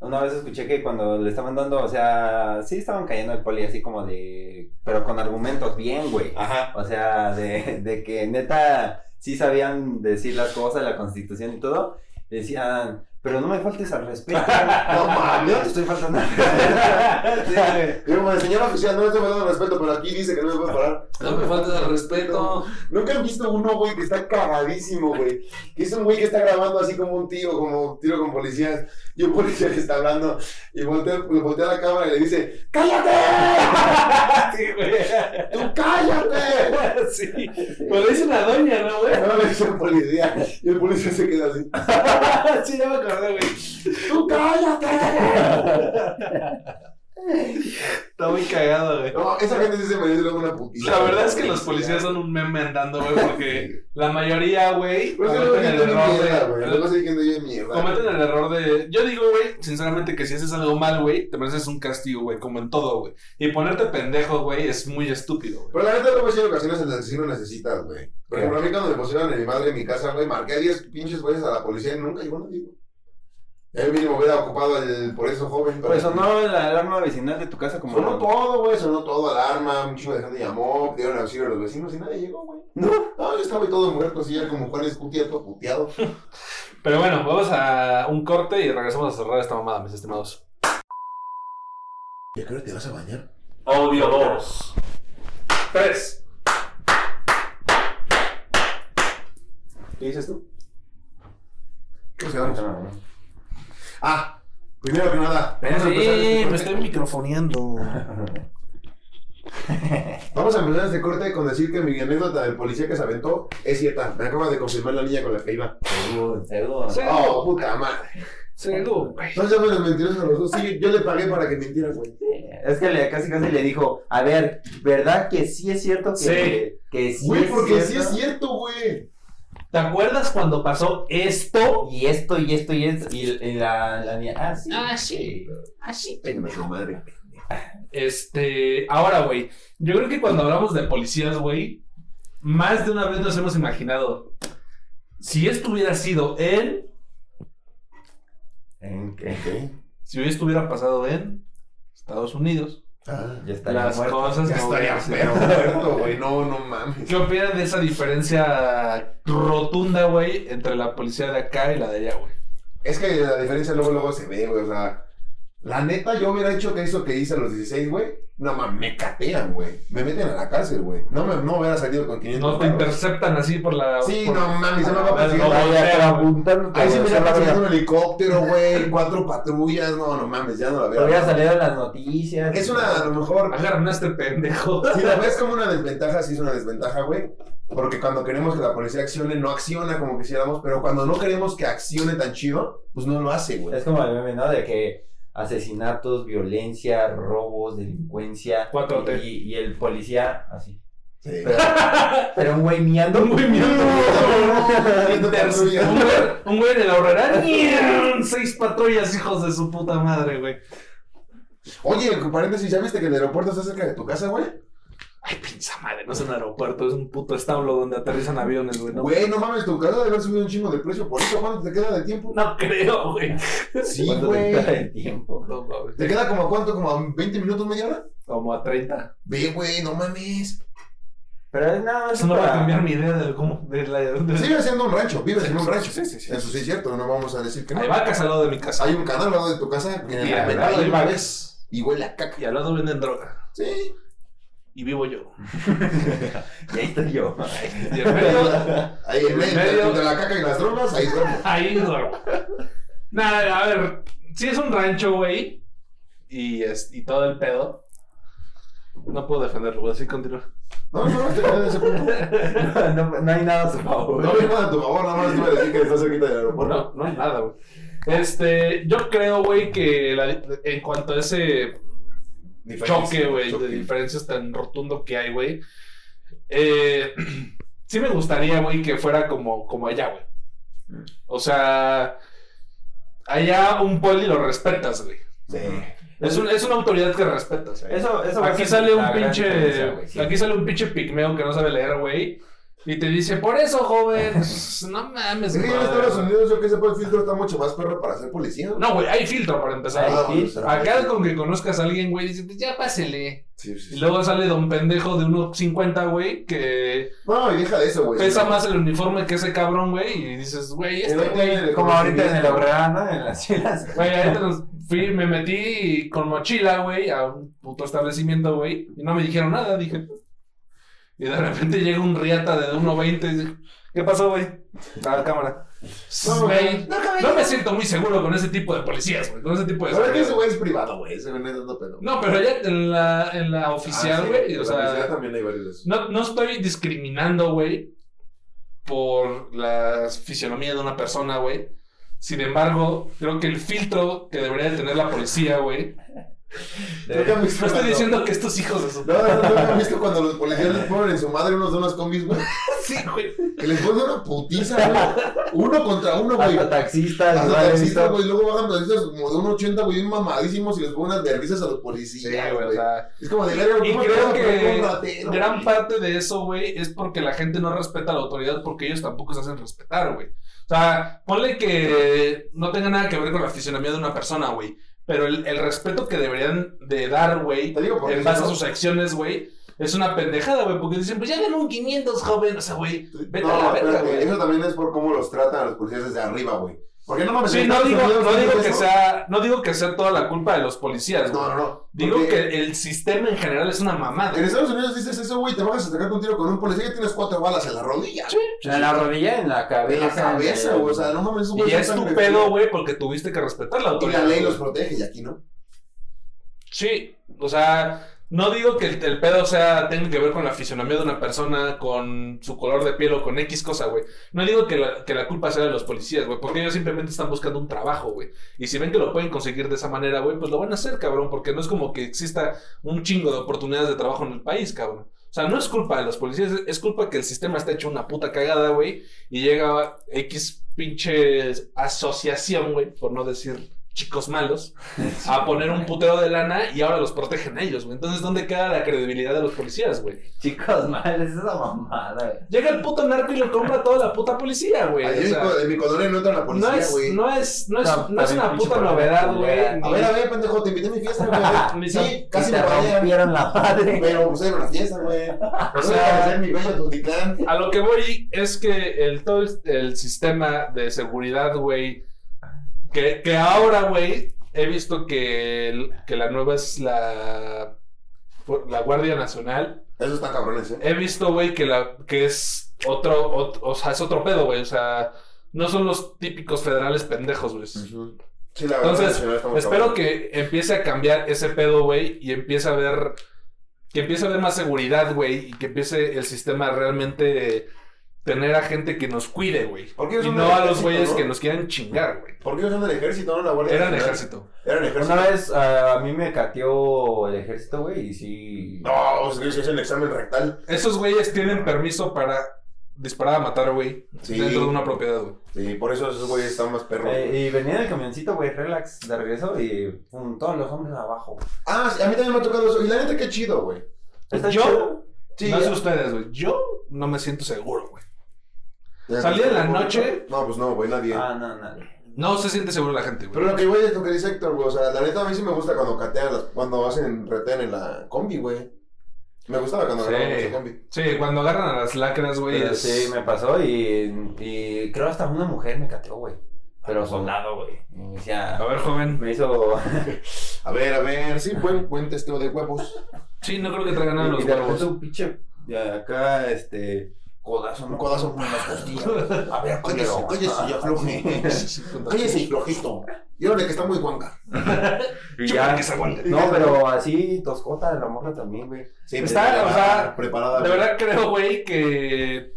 S2: Una vez escuché que cuando le estaban dando, o sea, sí estaban cayendo el poli así como de. Pero con argumentos bien, güey.
S3: Ajá.
S2: O sea, de, de que neta sí sabían decir las cosas, la constitución y todo. Decían, pero no me faltes al respeto.
S3: [LAUGHS] No
S2: No te
S3: mames.
S2: estoy
S3: [LAUGHS]
S2: faltando al respeto. Sí, güey.
S3: Yo como señor oficial, no le estoy faltando respeto, pero aquí dice que no me puede parar.
S1: No me faltes al respeto.
S3: Nunca han visto uno, güey, que está cagadísimo, güey. Que es un güey que está grabando así como un tío, como un tiro con policías. Y un policía le está hablando. Y voltea, le voltea la cámara y le dice: ¡Cállate!
S1: [LAUGHS]
S3: [LAUGHS]
S1: Sí, güey. [LAUGHS]
S3: ¡Tú cállate!
S1: Sí. Pues le hice una doña, ¿no, güey? [LAUGHS]
S3: No le dice el policía. Y el policía se queda así:
S1: Sí, ya me acordé, güey.
S3: ¡Tú cállate!
S1: Está muy cagado, güey.
S3: No, esa gente sí se merece luego una putiza.
S1: La verdad es que los policías son un meme andando, güey, porque la mayoría, güey,
S3: Pero es que luego hay
S1: cometen el
S3: gente bien mierda,
S1: error
S3: güey.
S1: de...
S3: Luego sí hay gente bien mierda.
S1: Cometen el error de... Yo digo, güey, sinceramente que si haces algo mal, güey, te mereces un castigo, güey, como en todo, güey. Y ponerte pendejo, güey, es muy estúpido, güey.
S3: Pero la neta, luego sí hay ocasiones en las que sí lo necesitas, güey. Por ejemplo, a mí cuando me pusieron en mi madre en mi casa, güey, marqué 10 pinches veces a la policía y nunca llegó nadie, güey. Ya mínimo hubiera ocupado el por eso joven. pero-
S2: Pues sonó la alarma vecinal de tu casa como.
S3: Sonó todo, güey, sonó todo, alarma, un chingo de gente llamó, dieron auxilio a los vecinos y nadie llegó, güey.
S2: No.
S3: No, yo estaba y todo muerto así, ya como Juan Escutia, todo puteado.
S1: Pero bueno, vamos a un corte y regresamos a cerrar esta mamada, mis estimados.
S3: ¿Ya creo que te vas a bañar?
S1: Audio 2. 3.
S3: ¿Qué dices tú? ¿Qué se vamos? Ah, primero que nada, vamos a empezar este corte.
S1: microfoneando.
S3: Vamos a empezar este corte con decir que mi anécdota del policía que se aventó es cierta. Me acaba de confirmar la niña con la que iba.
S2: Seguro, seguro.
S1: Sí.
S3: Oh, puta madre.
S1: Seguro, güey.
S3: No llames los mentirosos a los dos. Sí, yo le pagué para que mintieras, güey.
S2: Es que le, casi casi le dijo, a ver, ¿verdad que sí es cierto que
S1: Sí.
S2: que sí
S3: Güey,
S2: es
S3: porque sí
S2: cierto?
S3: es cierto, güey.
S1: ¿Te acuerdas cuando pasó esto?
S2: Y esto, y esto, y esto. Y, y la, la niña. Ah, sí.
S4: Ah, sí. Así, pendejo.
S1: Este, ahora, güey, yo creo que cuando hablamos de policías, güey, más de una vez nos hemos imaginado, si esto hubiera sido él,
S2: ¿En qué?
S1: si esto hubiera pasado en Estados Unidos,
S3: Ah,
S2: Ya está.
S1: las cosas
S3: ya
S1: no
S3: estaría
S1: hubieran sido.
S3: pero muerto, güey. No, no mames.
S1: ¿Qué opinan de esa diferencia rotunda, güey, entre la policía de acá y la de allá, güey?
S3: Es que la diferencia luego, luego se ve, güey. O sea, la neta, yo hubiera hecho que eso que hice a los 16, güey. No mames, me catean, güey. Me meten a la cárcel, güey. No, me, no hubiera salido con 500.
S1: No te
S3: varos.
S1: interceptan así por la...
S3: Sí,
S1: por-
S3: no mames, se me va a perseguir.
S1: No,
S2: Vaya, pero apuntándote,
S3: Ahí sí me
S2: o sea,
S3: hubiera
S2: la
S3: conseguido
S2: verdad,
S3: un helicóptero, güey. Cuatro patrullas. No, no mames, ya no la
S2: Lo hubiera
S3: veo.
S2: salido en las noticias.
S3: Es una, a lo mejor,
S1: Agarran a este pendejo.
S3: Si la ves como una desventaja, sí es una desventaja, güey. Porque cuando queremos que la policía accione, no acciona como quisiéramos, pero cuando no queremos que accione tan chido, pues no lo hace, güey.
S2: Es como el meme, ¿no? De que asesinatos, violencia, robos, delincuencia.
S1: 4T.
S2: Y, y el policía, así.
S3: Sí.
S2: Pero, pero un güey miando.
S1: Un güey miando.
S3: Viendo patrulla.
S1: Un güey- Un güey en el ahorrera. ¡ñam! Seis patrullas, hijos de su puta madre, güey.
S3: Oye, con paréntesis, ¿ya viste que el aeropuerto está cerca de tu casa, güey?
S1: Ay, pinza madre, no es un aeropuerto, es un puto establo donde aterrizan aviones, güey. No,
S3: Güey, no mames, tu casa debe haber subido un chingo de precio. Por eso, ¿cuánto te queda de tiempo?
S1: no creo, güey.
S3: Sí,
S2: ¿Cuánto te
S3: güey.
S2: quita de tiempo?
S1: No, mames.
S3: ¿Te queda como a cuánto? ¿Como a 20 minutos, media hora?
S1: Como a 30.
S3: Ve, güey, no mames.
S2: Pero es nada más.
S1: Eso no va a
S2: para-
S1: cambiar
S2: [LAUGHS]
S1: mi idea de cómo. De la, de-
S3: Sigue siendo un rancho, vives en un rancho.
S1: Sí, sí, sí.
S3: Eso sí es cierto, no vamos a decir que no.
S1: Hay vacas al lado de mi casa.
S3: Hay un canal al lado de tu casa que en
S1: Y
S3: el
S1: al
S3: ventana
S1: lado
S3: hay
S1: hay
S3: una
S1: vacas.
S3: vez y huele a caca.
S1: Y al lado venden droga.
S3: Sí.
S1: Y
S3: [LAUGHS]
S1: vivo yo.
S2: Y ahí estoy yo. [LAUGHS]
S1: Y en medio,
S3: Ahí en medio,
S1: medio.
S3: entre la caca y las drogas, ahí duermo.
S1: ahí duermo. Nada, a ver. Si es un rancho, güey. Y, es- y todo el pedo. No puedo defenderlo, güey. Así continúa.
S3: No, no, no, te quedas en ese punto.
S2: No, no, no hay nada a su favor.
S3: No hay nada a tu favor, nada más te iba a decir que estás cerquita del aeropuerto.
S1: No, no es nada, güey. Este, yo creo, güey, que la- en cuanto a ese choque, güey, de diferencias tan rotundo que hay, güey, eh, [CLEARS THROAT] sí me gustaría, güey, que fuera como, como allá, güey. O sea, allá un poli lo respetas, güey.
S3: Sí.
S1: Es, un- es una autoridad que respetas, eh. güey.
S2: Eso, eso va a
S1: Aquí
S2: ser
S1: sale un
S2: la gran diferencia,
S1: pinche.
S2: güey, sí.
S1: Aquí sale un pinche pigmeo que no sabe leer, güey. Y te dice, por eso,
S2: [LAUGHS]
S1: joven. no mames,
S3: Sí, en
S1: madre.
S3: Estados Unidos, yo que sepa, el filtro está mucho más perro para ser policía.
S1: No, güey, hay filtro para empezar.
S2: Hay
S3: Ah, bueno,
S2: filtro.
S3: será
S1: Acá
S3: que-
S1: con que conozcas a alguien, güey, dices, "Pues ya pásele.
S3: Sí, sí,
S1: Y
S3: sí.
S1: luego sale don pendejo de 1.50, güey, que
S3: No, y deja de eso,
S2: Pues
S3: güey.
S1: pesa
S3: Sí,
S1: más el uniforme que ese cabrón, güey, y dices, güey,
S3: Que no
S1: este
S3: tiene
S1: güey.
S3: el
S2: Como ahorita en el
S3: conocimiento.
S2: Obrera, ¿no? En las filas.
S1: Güey, ahorita nos fui, me metí con mochila, güey, a un puto establecimiento, güey, y no me dijeron nada, dije. pues, Y de repente llega un riata de 1.20 y dice, ¿qué pasó, güey? A la cámara.
S3: No,
S1: Güey,
S3: güey.
S1: no me siento muy seguro con ese tipo de policías, güey, con ese tipo de...
S3: Pero es que
S1: seguridad.
S3: ese güey es privado, güey. Ese güey no es tanto pedo.
S1: No, pero ya en la, en la oficial, güey.
S3: Ah,
S1: o
S3: En la oficial
S1: sea,
S3: también hay varios de esos.
S1: no, no estoy discriminando, güey, por la fisionomía de una persona, güey. Sin embargo, creo que el filtro que debería de tener la policía, güey.
S3: Creo que han visto
S1: No estoy
S3: cuando-
S1: diciendo que estos hijos de su.
S3: No, no, no, no, ¿han visto cuando los policías les ponen en su madre unos de unas combis, güey?
S1: [LAUGHS] Sí, güey.
S3: Que les ponen una putiza, güey. Uno contra uno, güey.
S1: Ah,
S2: Hasta taxistas,
S3: Hasta
S2: igual he
S3: taxistas,
S2: visto.
S3: güey, luego bajan taxistas como de 1.80, güey, bien mamadísimos y les ponen unas de risas a los policías,
S1: Sí, güey.
S3: güey.
S1: O sea,
S3: es como de verga,
S1: Y
S3: ¿cómo
S1: creo
S3: te vas a poner
S1: que
S3: un ratero,
S1: gran
S3: güey?
S1: parte de eso, güey, es porque la gente no respeta a la autoridad porque ellos tampoco se hacen respetar, güey. O sea, ponle que no tenga nada que ver con la fisionomía de una persona, güey. Pero el, el respeto que deberían de dar, güey,
S3: Te digo porque
S1: en base a
S3: si no-
S1: sus acciones, güey, es una pendejada, güey. Porque dicen, pues ya ganó un 500, joven. O sea, güey, vete a la
S3: No,
S1: verga,
S3: espérate,
S1: güey.
S3: eso también es por cómo los tratan a los policías desde arriba, güey. Porque no mames,
S1: Sí,
S3: Pues en
S1: no
S3: Estados
S1: digo,
S3: Unidos
S1: no
S3: hacen
S1: digo que
S3: eso.
S1: sea, no digo que sea toda la culpa de los policías, güey.
S3: No, no, no.
S1: Digo
S3: Porque
S1: que el sistema en general es una mamada.
S3: En Estados Unidos dices eso, güey, te bajas a sacar un tiro con un policía y tienes cuatro balas en la rodilla.
S2: En la rodilla, en la
S3: En
S2: cabeza.
S3: la cabeza,
S2: en el-
S3: güey. O
S2: [LAUGHS]
S3: sea, no mames, esos
S1: Y
S3: güeyes
S1: es
S3: son
S1: tu
S3: tan
S1: pedo,
S3: agresivos.
S1: güey, porque tuviste que respetar la
S3: Y
S1: autoridad.
S3: la ley los
S1: güey.
S3: protege y aquí no.
S1: Sí, o sea, no digo que el, el pedo sea tenga que ver con la fisionomía de una persona, con su color de piel o con X cosa, güey. No digo que la, que la culpa sea de los policías, güey, porque ellos simplemente están buscando un trabajo, güey. Y si ven que lo pueden conseguir de esa manera, güey, pues lo van a hacer, cabrón, porque no es como que exista un chingo de oportunidades de trabajo en el país, cabrón. O sea, no es culpa de los policías, es- es culpa que el sistema está hecho una puta cagada, güey. Y llega X pinches asociación, güey, por no decir chicos malos, a poner un putero de lana y ahora los protegen a ellos, güey. Entonces, ¿dónde queda la credibilidad de los policías, güey?
S2: Chicos, mal, es esa mamada, güey.
S1: Llega el puto narco y le compra a toda la puta policía, güey.
S3: Ahí
S1: Pues, O
S3: en, mi,
S1: sea,
S3: co- en mi colonia no entra la
S1: no
S3: policía,
S1: es,
S3: güey.
S1: no es, no es,
S2: No,
S1: no es
S2: también
S1: una
S2: pinche
S1: puta
S2: problema,
S1: novedad,
S2: culera.
S1: güey.
S3: A
S1: ni-
S3: ver, a ver, pendejo, te invité a mi
S1: [LAUGHS]
S3: fiesta, güey. Sí, casi
S2: Y
S3: me
S2: te
S3: rayé.
S2: rompieron la madre.
S3: Pero pues era una fiesta, güey.
S1: [LAUGHS] O
S3: O
S1: sea,
S3: sea, mi bello Tultitlán.
S1: A lo que voy es que el, todo el, el sistema de seguridad, güey, que, que ahora, güey, he visto que, el- que la nueva es la, por- la Guardia Nacional.
S3: Eso está cabrones, ¿eh?
S1: He visto, güey, que, la, que es otro, ot- o, sea, es otro pedo, güey. O sea, no son los típicos federales pendejos, güey.
S3: Sí, la verdad.
S1: Entonces,
S3: señor, estamos
S1: Espero
S3: cabrones.
S1: que empiece a cambiar ese pedo, güey, y empiece a ver. Que empiece a haber más seguridad, güey, y que empiece el sistema a realmente tener a gente que nos cuide, güey.
S3: Porque ellos
S1: Y
S3: son
S1: no
S3: del
S1: a los
S3: ejército,
S1: güeyes
S3: ¿no?
S1: que nos quieran chingar, güey.
S3: ¿Por qué ellos son del ejército, no la guardia?
S1: Eran
S3: Nacional?
S1: ejército.
S3: Eran ejército.
S2: Una vez ah, a mí me cateó el ejército, güey, y sí.
S3: No, o sea, es el examen rectal.
S1: Esos güeyes tienen permiso para disparar a matar, güey,
S3: Sí.
S1: dentro de una propiedad, güey.
S3: Sí, por eso esos güeyes están más perros.
S2: Eh, y venía en el camioncito, güey, relax, de regreso y pum, todos los hombres abajo.
S3: Ah, sí, a mí también me ha tocado eso. Y la neta, qué chido, güey.
S2: ¿Está
S1: ¿Yo?
S2: chido?
S3: Sí,
S1: no sé
S3: ya.
S1: ustedes, güey. Yo no me siento seguro, güey. Salí en la noche.
S3: No, pues no, güey, nadie.
S2: Ah, no, no.
S1: No se siente seguro la gente, güey.
S3: Pero lo que voy es lo que dice Héctor, güey. O sea, la neta a mí sí me gusta cuando catean, las- cuando hacen retén en la combi, güey. Me gustaba cuando
S1: Sí.
S3: agarraban esa combi.
S1: Sí, cuando agarran a las lacras, güey.
S2: Pero
S1: es-
S2: sí, me pasó y, y creo hasta una mujer me cateó, güey. Pero soldado, güey. Y Me decía,
S1: A ver, joven.
S2: me hizo...
S3: A ver, a ver, sí, buen, buen testeo de huevos.
S1: Sí, no creo que traigan nada
S2: y
S1: los
S2: de repente
S1: huevos.
S2: un pinche de acá, este... Codazo,
S3: Un codazo
S2: en las costillas. A ver,
S3: Cállese,
S2: culero.
S3: cállese y [LAUGHS]
S2: [LAUGHS]
S3: afloje. Cállese y flojito. Y ahora que está muy guanga.
S2: Y
S1: Chupa
S2: ya.
S1: que se aguante.
S2: No, pero así toscota de la morra también, güey.
S3: Sí,
S1: Está,
S3: preparada,
S1: o sea,
S3: preparada.
S1: De
S3: güey.
S1: verdad creo, güey, que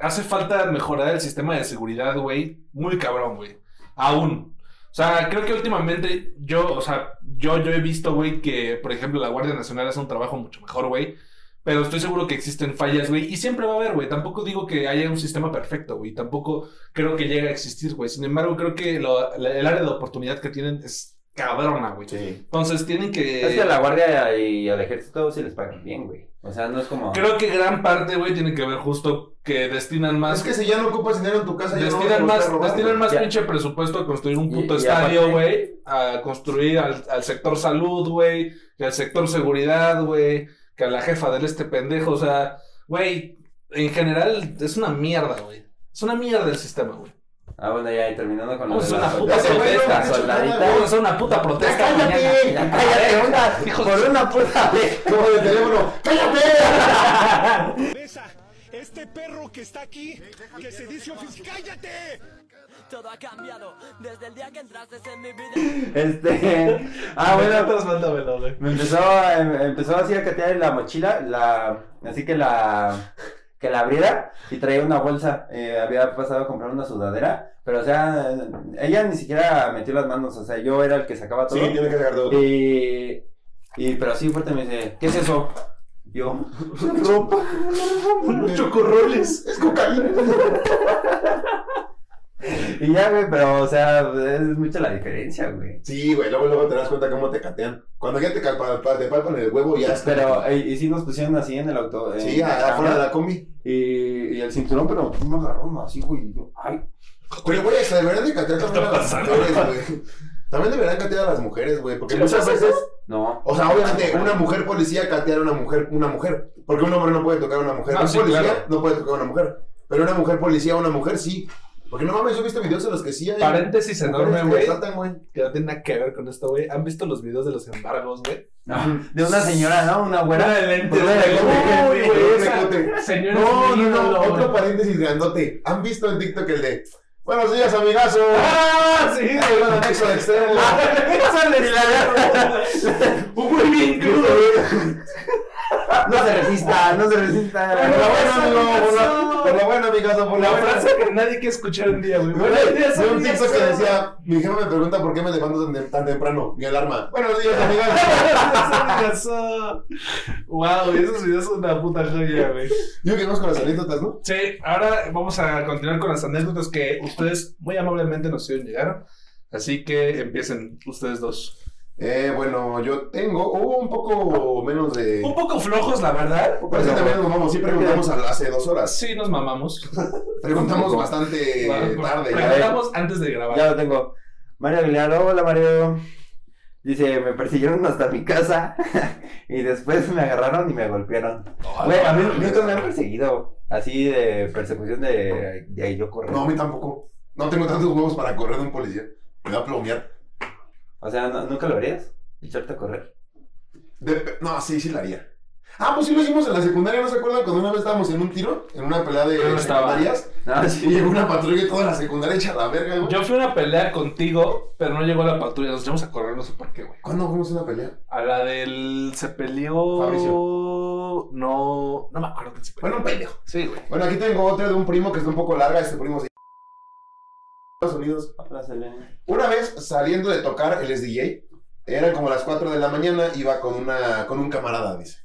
S1: hace falta mejorar el sistema de seguridad, güey. Muy cabrón, güey. Aún. O sea, creo que últimamente yo, o sea, yo, yo he visto, güey, que, por ejemplo, la Guardia Nacional hace un trabajo mucho mejor, güey. Pero estoy seguro que existen fallas, güey. Y siempre va a haber, güey. Tampoco digo que haya un sistema perfecto, güey. Tampoco creo que llegue a existir, güey. Sin embargo, creo que lo- la- el área de oportunidad que tienen es cabrona, güey.
S3: Sí.
S1: Entonces tienen que...
S2: Es que a la guardia y al ejército sí les pagan bien, güey. O sea, no es como...
S1: Creo que gran parte, güey, tiene que ver justo que destinan más.
S3: Es que si ya no ocupas dinero en tu casa, ya no vas a
S1: destinan más,
S3: buscar robar,
S1: destinan más
S2: Ya.
S1: pinche presupuesto a construir un
S2: Y-
S1: puto
S2: y
S1: estadio,
S2: aparte-
S1: güey. A construir al, al sector salud, güey. Que al sector seguridad, güey. Que a la jefa del este pendejo. O sea, güey, en general es una mierda, güey. Es una mierda el sistema, güey.
S2: Ah, bueno, ya, y terminando con lo
S1: Vamos a hacer
S2: de la
S1: Pues una puta
S3: Ese
S2: soldada.
S3: güey no me
S2: Soldadita,
S3: ha dicho nada,
S2: soldadita.
S1: Vamos a hacer una puta protesta. mañana.
S3: ¡Cállate!
S2: Ya, cállate, una,
S1: Hijo de
S2: por una puta vez.
S3: Como de teléfono. ¡Cállate!
S5: Esa, este perro que está aquí, que se dice oficial. ¡Cállate!
S6: Todo ha cambiado desde el día que entraste en mi vida.
S2: Este. Ah, bueno,
S1: mándamelo, güey.
S2: me empezó, a- em- empezó así a catear en la mochila, la, así que la, que la abriera y traía una bolsa. Eh, había pasado a comprar una sudadera, pero o sea, ella ni siquiera metió las manos, o sea, yo era el que sacaba todo.
S3: Sí, tiene que sacar todo.
S2: Y, y- pero así fuerte me dice, ¿qué es eso? Yo, [LAUGHS]
S3: Ropa.
S1: Unos chocorroles.
S3: Es cocaína.
S2: y ya, güey, pero o sea, es mucha la diferencia, güey.
S3: Sí, güey, luego, luego te das cuenta cómo te catean. Cuando ya te, calpa- pa- te palpan el huevo, ya está.
S2: Pero, eh, y sí nos pusieron así en el auto.
S3: Sí,
S2: en la
S3: a- afuera de
S2: cama,
S3: la combi.
S2: y, y el cinturón, pero me agarraron así, güey. y yo, ay,
S3: Pero, güey, se deberían de catear también a las
S1: pasando?
S3: mujeres, güey. También deberían catear a las mujeres, güey. Porque
S2: Sí,
S3: muchas
S2: o sea,
S3: veces,
S2: No.
S3: o sea, obviamente, una mujer policía catear a una mujer, una mujer. Porque un hombre no puede tocar a una mujer.
S1: No,
S3: un
S1: Ah, sí,
S3: policía
S1: claro.
S3: no puede tocar a una mujer. Pero una mujer policía a una mujer sí. Porque no mames, yo he visto videos en los que sí hay.
S1: Paréntesis
S3: mujeres
S1: enorme,
S3: que
S1: güey.
S3: asaltan, güey.
S1: Que no tiene nada que ver con esto, güey. ¿Han visto los videos de los embargos, güey?
S2: De una señora, ¿no? Una güera.
S1: de lentes,
S2: Pues,
S1: güey.
S2: güey,
S1: [LAUGHS]
S2: güey,
S1: Uy, güey,
S3: güey,
S1: esa-
S3: güey.
S1: Señores,
S3: No, no, no,
S1: güey.
S3: otro paréntesis grandote. ¿Han visto en TikTok el de Buenos días, amigazo?
S1: ¡Ah, sí!
S3: Sí, güey, bueno, anexo de extremo.
S2: Esa le- la- la-
S1: Un güey bien crudo, güey.
S2: No se resista, no se resista.
S1: Por
S3: Por
S1: lo
S3: lo bueno, amigo,
S1: bueno,
S3: por
S1: amigazo.
S3: lo, por lo bueno, amigazo, por lo
S1: La
S3: bueno.
S1: frase que nadie quiere escuchar un día, güey. [LAUGHS]
S3: Güey,
S1: Buenos días,
S3: vi un
S1: amigas.
S3: TikTok que decía, mi jefe me pregunta por qué me levanto tan, tan temprano, mi alarma. Buenos días, amigas.
S1: Buenos días, amigazo. Wow, esos videos son una puta joya, güey.
S3: Yo que vamos con las anécdotas, ¿no?
S1: Sí, ahora vamos a continuar con las anécdotas que ustedes muy amablemente nos hicieron llegar. Así que empiecen ustedes dos.
S3: Eh, bueno, yo tengo uh, un poco menos de...
S1: Un poco flojos, la verdad.
S2: Pues,
S3: Por eso también nos vamos, sí preguntamos a- hace dos horas.
S1: Sí, nos mamamos.
S3: Preguntamos bastante tarde. ya.
S1: Preguntamos antes de
S2: Ya
S1: grabar.
S2: lo tengo. Mario Aguilar, hola Mario. Dice, me persiguieron hasta mi casa [LAUGHS] y después me agarraron y me golpearon. Güey, a mí nunca me han perseguido. Así de persecución de, de ahí yo correr.
S3: No, a mí tampoco. No tengo tantos huevos para correr de un policía. Me va a plomear.
S2: O sea, ¿no- ¿nunca lo harías? Echarte a correr.
S3: Dep- no, sí, sí la haría. Ah, pues sí lo hicimos en la secundaria, ¿no se acuerdan? Cuando una vez estábamos en un tiro, en una pelea de
S1: Yo no estaba.
S3: secundarias,
S2: No,
S3: y llegó una patrulla y toda la secundaria hecha la verga, güey.
S1: Yo fui a una pelea contigo, pero no llegó la patrulla. Nos echamos a correr, no sé por qué, güey.
S3: ¿Cuándo fuimos a una pelea?
S1: A la del. Se peleó. No. No me acuerdo quién se peleó.
S3: Bueno, un pendejo.
S1: Sí, güey.
S3: Bueno, aquí tengo otra de un primo que está un poco larga, este primo se Estados Unidos. Una vez saliendo de tocar, él es DJ, eran como las 4 de la mañana, iba con, una, con un camarada, dice.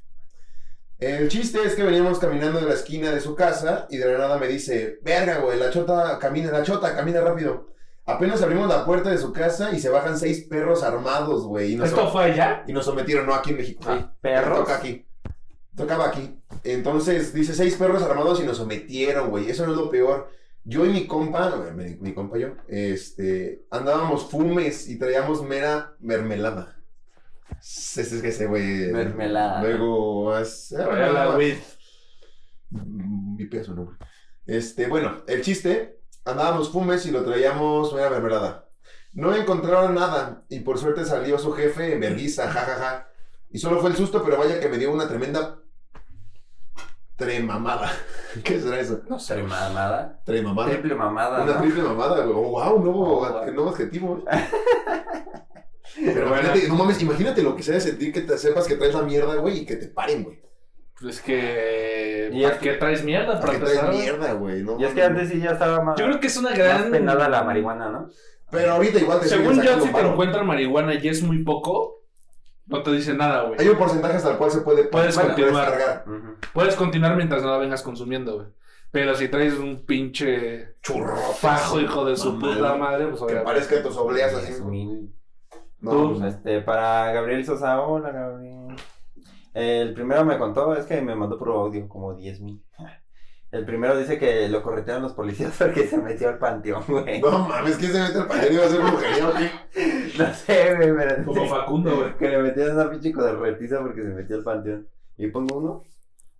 S3: El chiste es que veníamos caminando de la esquina de su casa y de la nada me dice, verga, güey, la chota camina, la chota camina rápido. Apenas abrimos la puerta de su casa y se bajan seis perros armados, güey, y, nos
S1: ¿Esto
S3: som-
S1: fue allá?
S3: y nos sometieron, no aquí en México.
S2: Sí,
S3: Perros.
S2: perros.
S3: Toca aquí. Tocaba aquí. Entonces, dice, seis perros armados y nos sometieron, güey. Eso no es lo peor. Yo y mi compa, bueno, mi, mi compa y yo, este, andábamos fumes y traíamos mera mermelada. Ese es que ese güey.
S2: Mermelada.
S3: Luego, as- ah,
S1: Traía la weed.
S3: Mm, Mi peso, no. Este, bueno, el chiste, andábamos fumes y lo traíamos mera mermelada. No encontraron nada y por suerte salió su jefe en vergüenza, jajaja. Y solo fue el susto, pero vaya que me dio una tremenda tremamada. [LAUGHS] ¿Qué será eso?
S2: No sé. Mamada.
S3: Tremamada.
S2: Triple mamada.
S3: Una
S2: ¿no?
S3: triple mamada, güey. Oh, wow, nuevo,
S2: Oh,
S3: ad-
S2: wow.
S3: nuevo adjetivo.
S2: [LAUGHS]
S3: eh. Pero
S1: Bueno.
S3: imagínate, no mames, imagínate lo que se debe sentir que te sepas que traes la mierda, güey, y que te paren, güey.
S1: Pues es que.
S2: Y
S1: ¿Para
S2: es-
S1: qué traes mierda? Para
S3: Que traes
S1: empezar.
S3: mierda, güey. No
S2: Y es que
S3: mames.
S2: antes sí ya estaba más,
S1: Yo creo que es una
S2: más
S1: gran.
S2: penada la marihuana, ¿no?
S3: Pero ahorita igual te siguen
S1: Según yo,
S3: sacando
S1: si te
S3: varo.
S1: encuentran marihuana y es muy poco, no te dice nada, güey.
S3: Hay un porcentaje hasta el cual se puede
S1: Puedes continuar.
S3: cargar.
S2: Ujú.
S1: Puedes continuar mientras no la vengas consumiendo, güey. Pero si traes un pinche fajo, hijo de su
S3: Mamá,
S1: puta madre, pues
S3: Que
S1: obviamente.
S3: parezca tus obleas así.
S2: Diez mil.
S3: No,
S2: Pues, Este, para Gabriel Sosa, hola Gabriel. El primero me contó, es que me mandó por audio como 10 mil. [LAUGHS] El primero dice que lo corretearon los policías [LAUGHS] porque se metió al panteón, güey.
S3: no mames, ¿quién se mete al panteón y va a hacer brujería o qué?
S2: [LAUGHS] No sé, güey, pero
S1: Como
S2: dice
S1: Facundo, güey.
S2: que le metieron una pinche corretiza porque se metió al panteón. ¿Y pongo uno?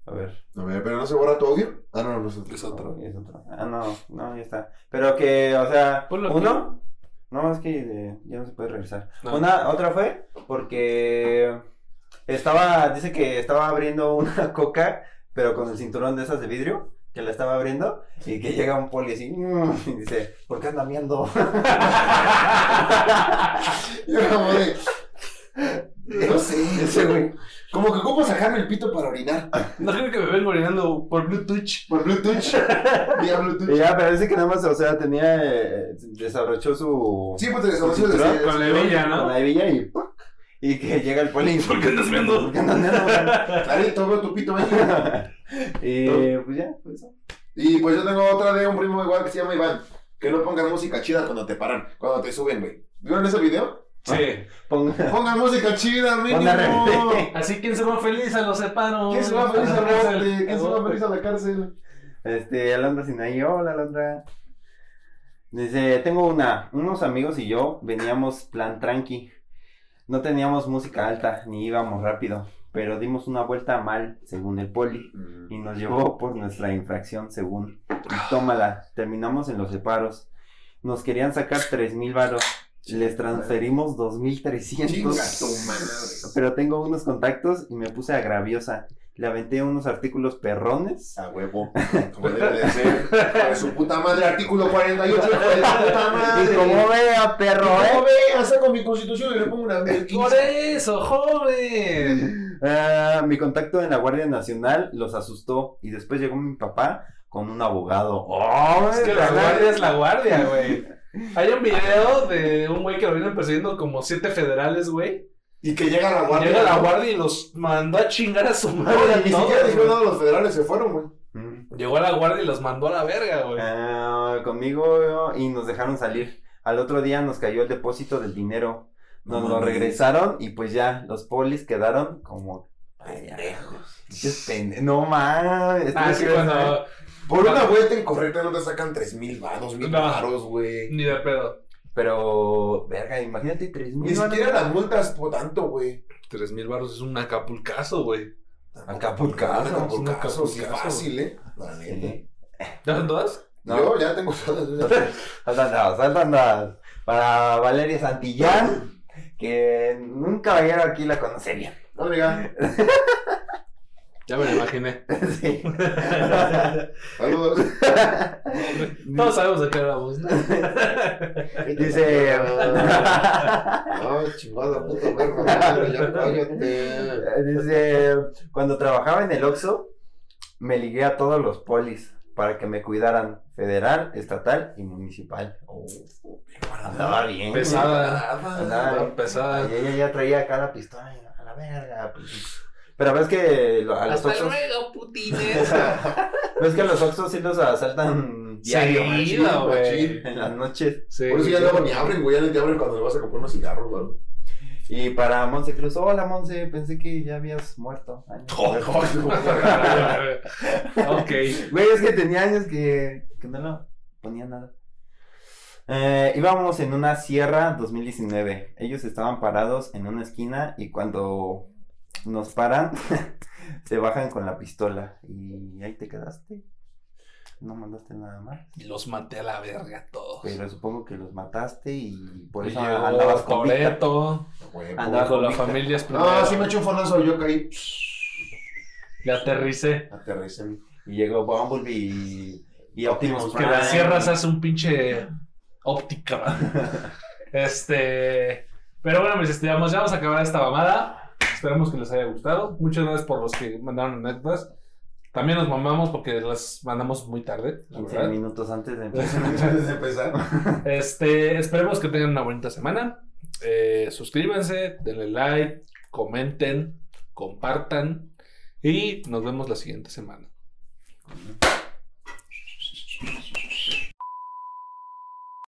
S2: A ver.
S3: A ver, pero no se borra tu audio. Ah, no, no, no es [LAUGHS] otro.
S2: no, es otro. Ah, no, no, ya está. Pero que, o sea,
S1: Ponlo aquí.
S2: uno. No, es que eh, ya no se puede regresar.
S1: No.
S2: Una, otra fue porque estaba, dice que estaba abriendo una [LAUGHS] coca, pero con el cinturón de esas de vidrio, que la estaba abriendo, y que llega un poli así, "Mm", y dice, ¿por qué anda miando? [LAUGHS]
S3: Yo como de. No sé.
S2: Ese güey.
S3: Como que ocupo sacarme el pito para orinar.
S1: No creo que me vengo orinando por Bluetooth.
S3: Por Bluetooth. [LAUGHS] Vía
S2: Y
S3: Bluetooth.
S2: ya, pero dice que nada más, o sea, tenía, eh, desabrochó su...
S3: Sí, pues te desconocí
S2: Con la
S3: desde
S1: Con la hebilla,
S2: con
S1: ¿no?
S2: la hebilla y... ¡puc! Y que llega el poli. [LAUGHS]
S1: ¿Por qué andas miando?
S2: ¿Por qué andas miando, [LAUGHS] güey?"
S3: Clarito, veo tu pito, ahí.
S2: y pues ya, pues eso.
S3: Y pues yo tengo otra de un primo igual que se llama Iván. Que no pongan música chida cuando te paran, cuando te suben, güey. ¿Vieron ese video?
S1: Sí.
S2: Ponga...
S3: Pongan música chida,
S2: Ponga
S3: mínimo.
S2: rebelde.
S1: Así quien se va feliz a los separos.
S3: ¿Quién se va feliz al bote? ¿Quién se va
S1: No,
S3: feliz a la cárcel?
S2: [LAUGHS] Este, Alondra Sinaí, hola Alondra. Dice, tengo una, unos amigos y yo veníamos plan tranqui. No teníamos música alta, ni íbamos rápido, pero dimos una vuelta mal, según el poli, y nos llevó por nuestra infracción, según. Y tómala, terminamos en los separos. Nos querían sacar tres mil varos, les transferimos dos mil
S3: Chinga
S2: trescientos.
S3: tu madre.
S2: Pero tengo unos contactos y me puse agraviosa. le aventé unos artículos perrones.
S3: A huevo. Como debe de ser. Por su puta madre, artículo 48. hijo de su puta madre.
S2: Y como vea, perro,
S3: No
S2: eh.
S3: vea, saco mi constitución y le pongo una.
S1: Por eso, joven.
S2: Ah, mi contacto en la Guardia Nacional los asustó y después llegó mi papá con un abogado. ¡Oh,
S1: Es que la guardia es la guardia, güey. Hay un video de un güey que lo vienen persiguiendo como siete federales, güey.
S3: Y que llega la guardia.
S1: Llega la
S3: ¿no?
S1: guardia y los mandó a chingar a su
S3: No,
S1: madre.
S3: y ni
S1: a todos,
S3: siquiera dijo
S1: güey.
S3: nada, los federales se fueron, güey.
S2: Mm.
S1: Llegó a la guardia y los mandó a la verga, güey.
S2: Ah, conmigo y nos dejaron salir. Al otro día nos cayó el depósito del dinero. Nos
S3: No
S2: lo
S3: mames.
S2: regresaron y pues ya, los polis quedaron como... Ay, ya. Pinches pende- No mames.
S1: Ah, sí,
S2: estuvo que-
S1: cuando.
S3: Por una vuelta incorrecta no te sacan 3 mil va, 2 mil
S1: No.
S3: baros, güey.
S1: Ni de pedo.
S2: Pero, verga, imagínate tres mil.
S3: Ni siquiera las multas por tanto, güey.
S1: Tres mil baros es un acapulcazo, güey.
S2: Acapulcazo,
S3: Acapulcazo, sí,
S1: acapulcazo.
S3: fácil, ¿eh? La neta.
S1: ¿Ya son todas?
S2: No.
S3: Yo ya tengo todas. [LAUGHS]
S2: Saltan dados, saltan dados. Para Valeria Santillán, que un caballero aquí la conocería. [LAUGHS]
S3: Oiga,
S1: Ya me lo imaginé.
S2: Sí.
S3: saludos.
S1: Todos sabemos de qué hablamos, ¿no?
S3: [LAUGHS]
S2: Dice. [LAUGHS]
S3: Ay, chingada puta [LAUGHS] verga, madre, ya cállate.
S2: Dice. Cuando trabajaba en el Oxxo, me ligué a todos los polis para que me cuidaran federal, estatal y municipal. Andaba bien.
S1: Pesada.
S2: Andaba bien.
S1: Ah, pesada.
S2: Y ella ya traía acá la pistola y a la verga. pues. Pero ves que lo- a los Oxxos.
S1: luego, putines.
S2: Ves que los Oxxos sí los asaltan diario. man.
S1: Seguido, güey.
S3: machín.
S2: En las noches.
S3: [LAUGHS]
S1: Sí.
S3: Por eso ya [LAUGHS] luego ni abren, güey. Ya ni te abren cuando le vas a comprar unos cigarros, güey.
S2: Y para Monse Cruz, hola Monse, pensé que ya habías muerto. años.
S1: ok.
S2: Güey, es que tenía años que, que no lo ponía nada. Eh, íbamos en una sierra 2019. Ellos estaban parados en una esquina y cuando nos paran, [LAUGHS] se bajan con la pistola. Y ahí te quedaste. No mandaste nada más.
S1: Y los maté a la verga a todos.
S2: Pero supongo que los mataste y por
S1: Y
S2: eso
S1: Pues Llegó
S2: andabas con
S1: Toreto,
S2: Andaba
S1: con la
S2: convicta.
S1: familia
S3: No,
S1: Esplendera.
S3: sí me eché un fonazo, yo caí.
S1: Le aterricé.
S3: Aterricé.
S2: Y llegó Bumblebee y, y
S3: Optimus
S2: Optimus
S1: Que
S2: Prime.
S1: las sierras hace un pinche óptica. ¿verdad? este. Pero bueno, mis estimados, ya vamos a acabar esta mamada. Esperamos que les haya gustado. Muchas gracias por los que mandaron anécdotas. También nos mamamos porque las mandamos muy tarde, la
S2: 15
S1: verdad.
S2: minutos antes de
S3: [LAUGHS]
S2: empezar.
S3: Antes de empezar.
S1: Este, esperemos que tengan una bonita semana. Eh, suscríbanse, denle like, comenten, compartan y nos vemos la siguiente semana.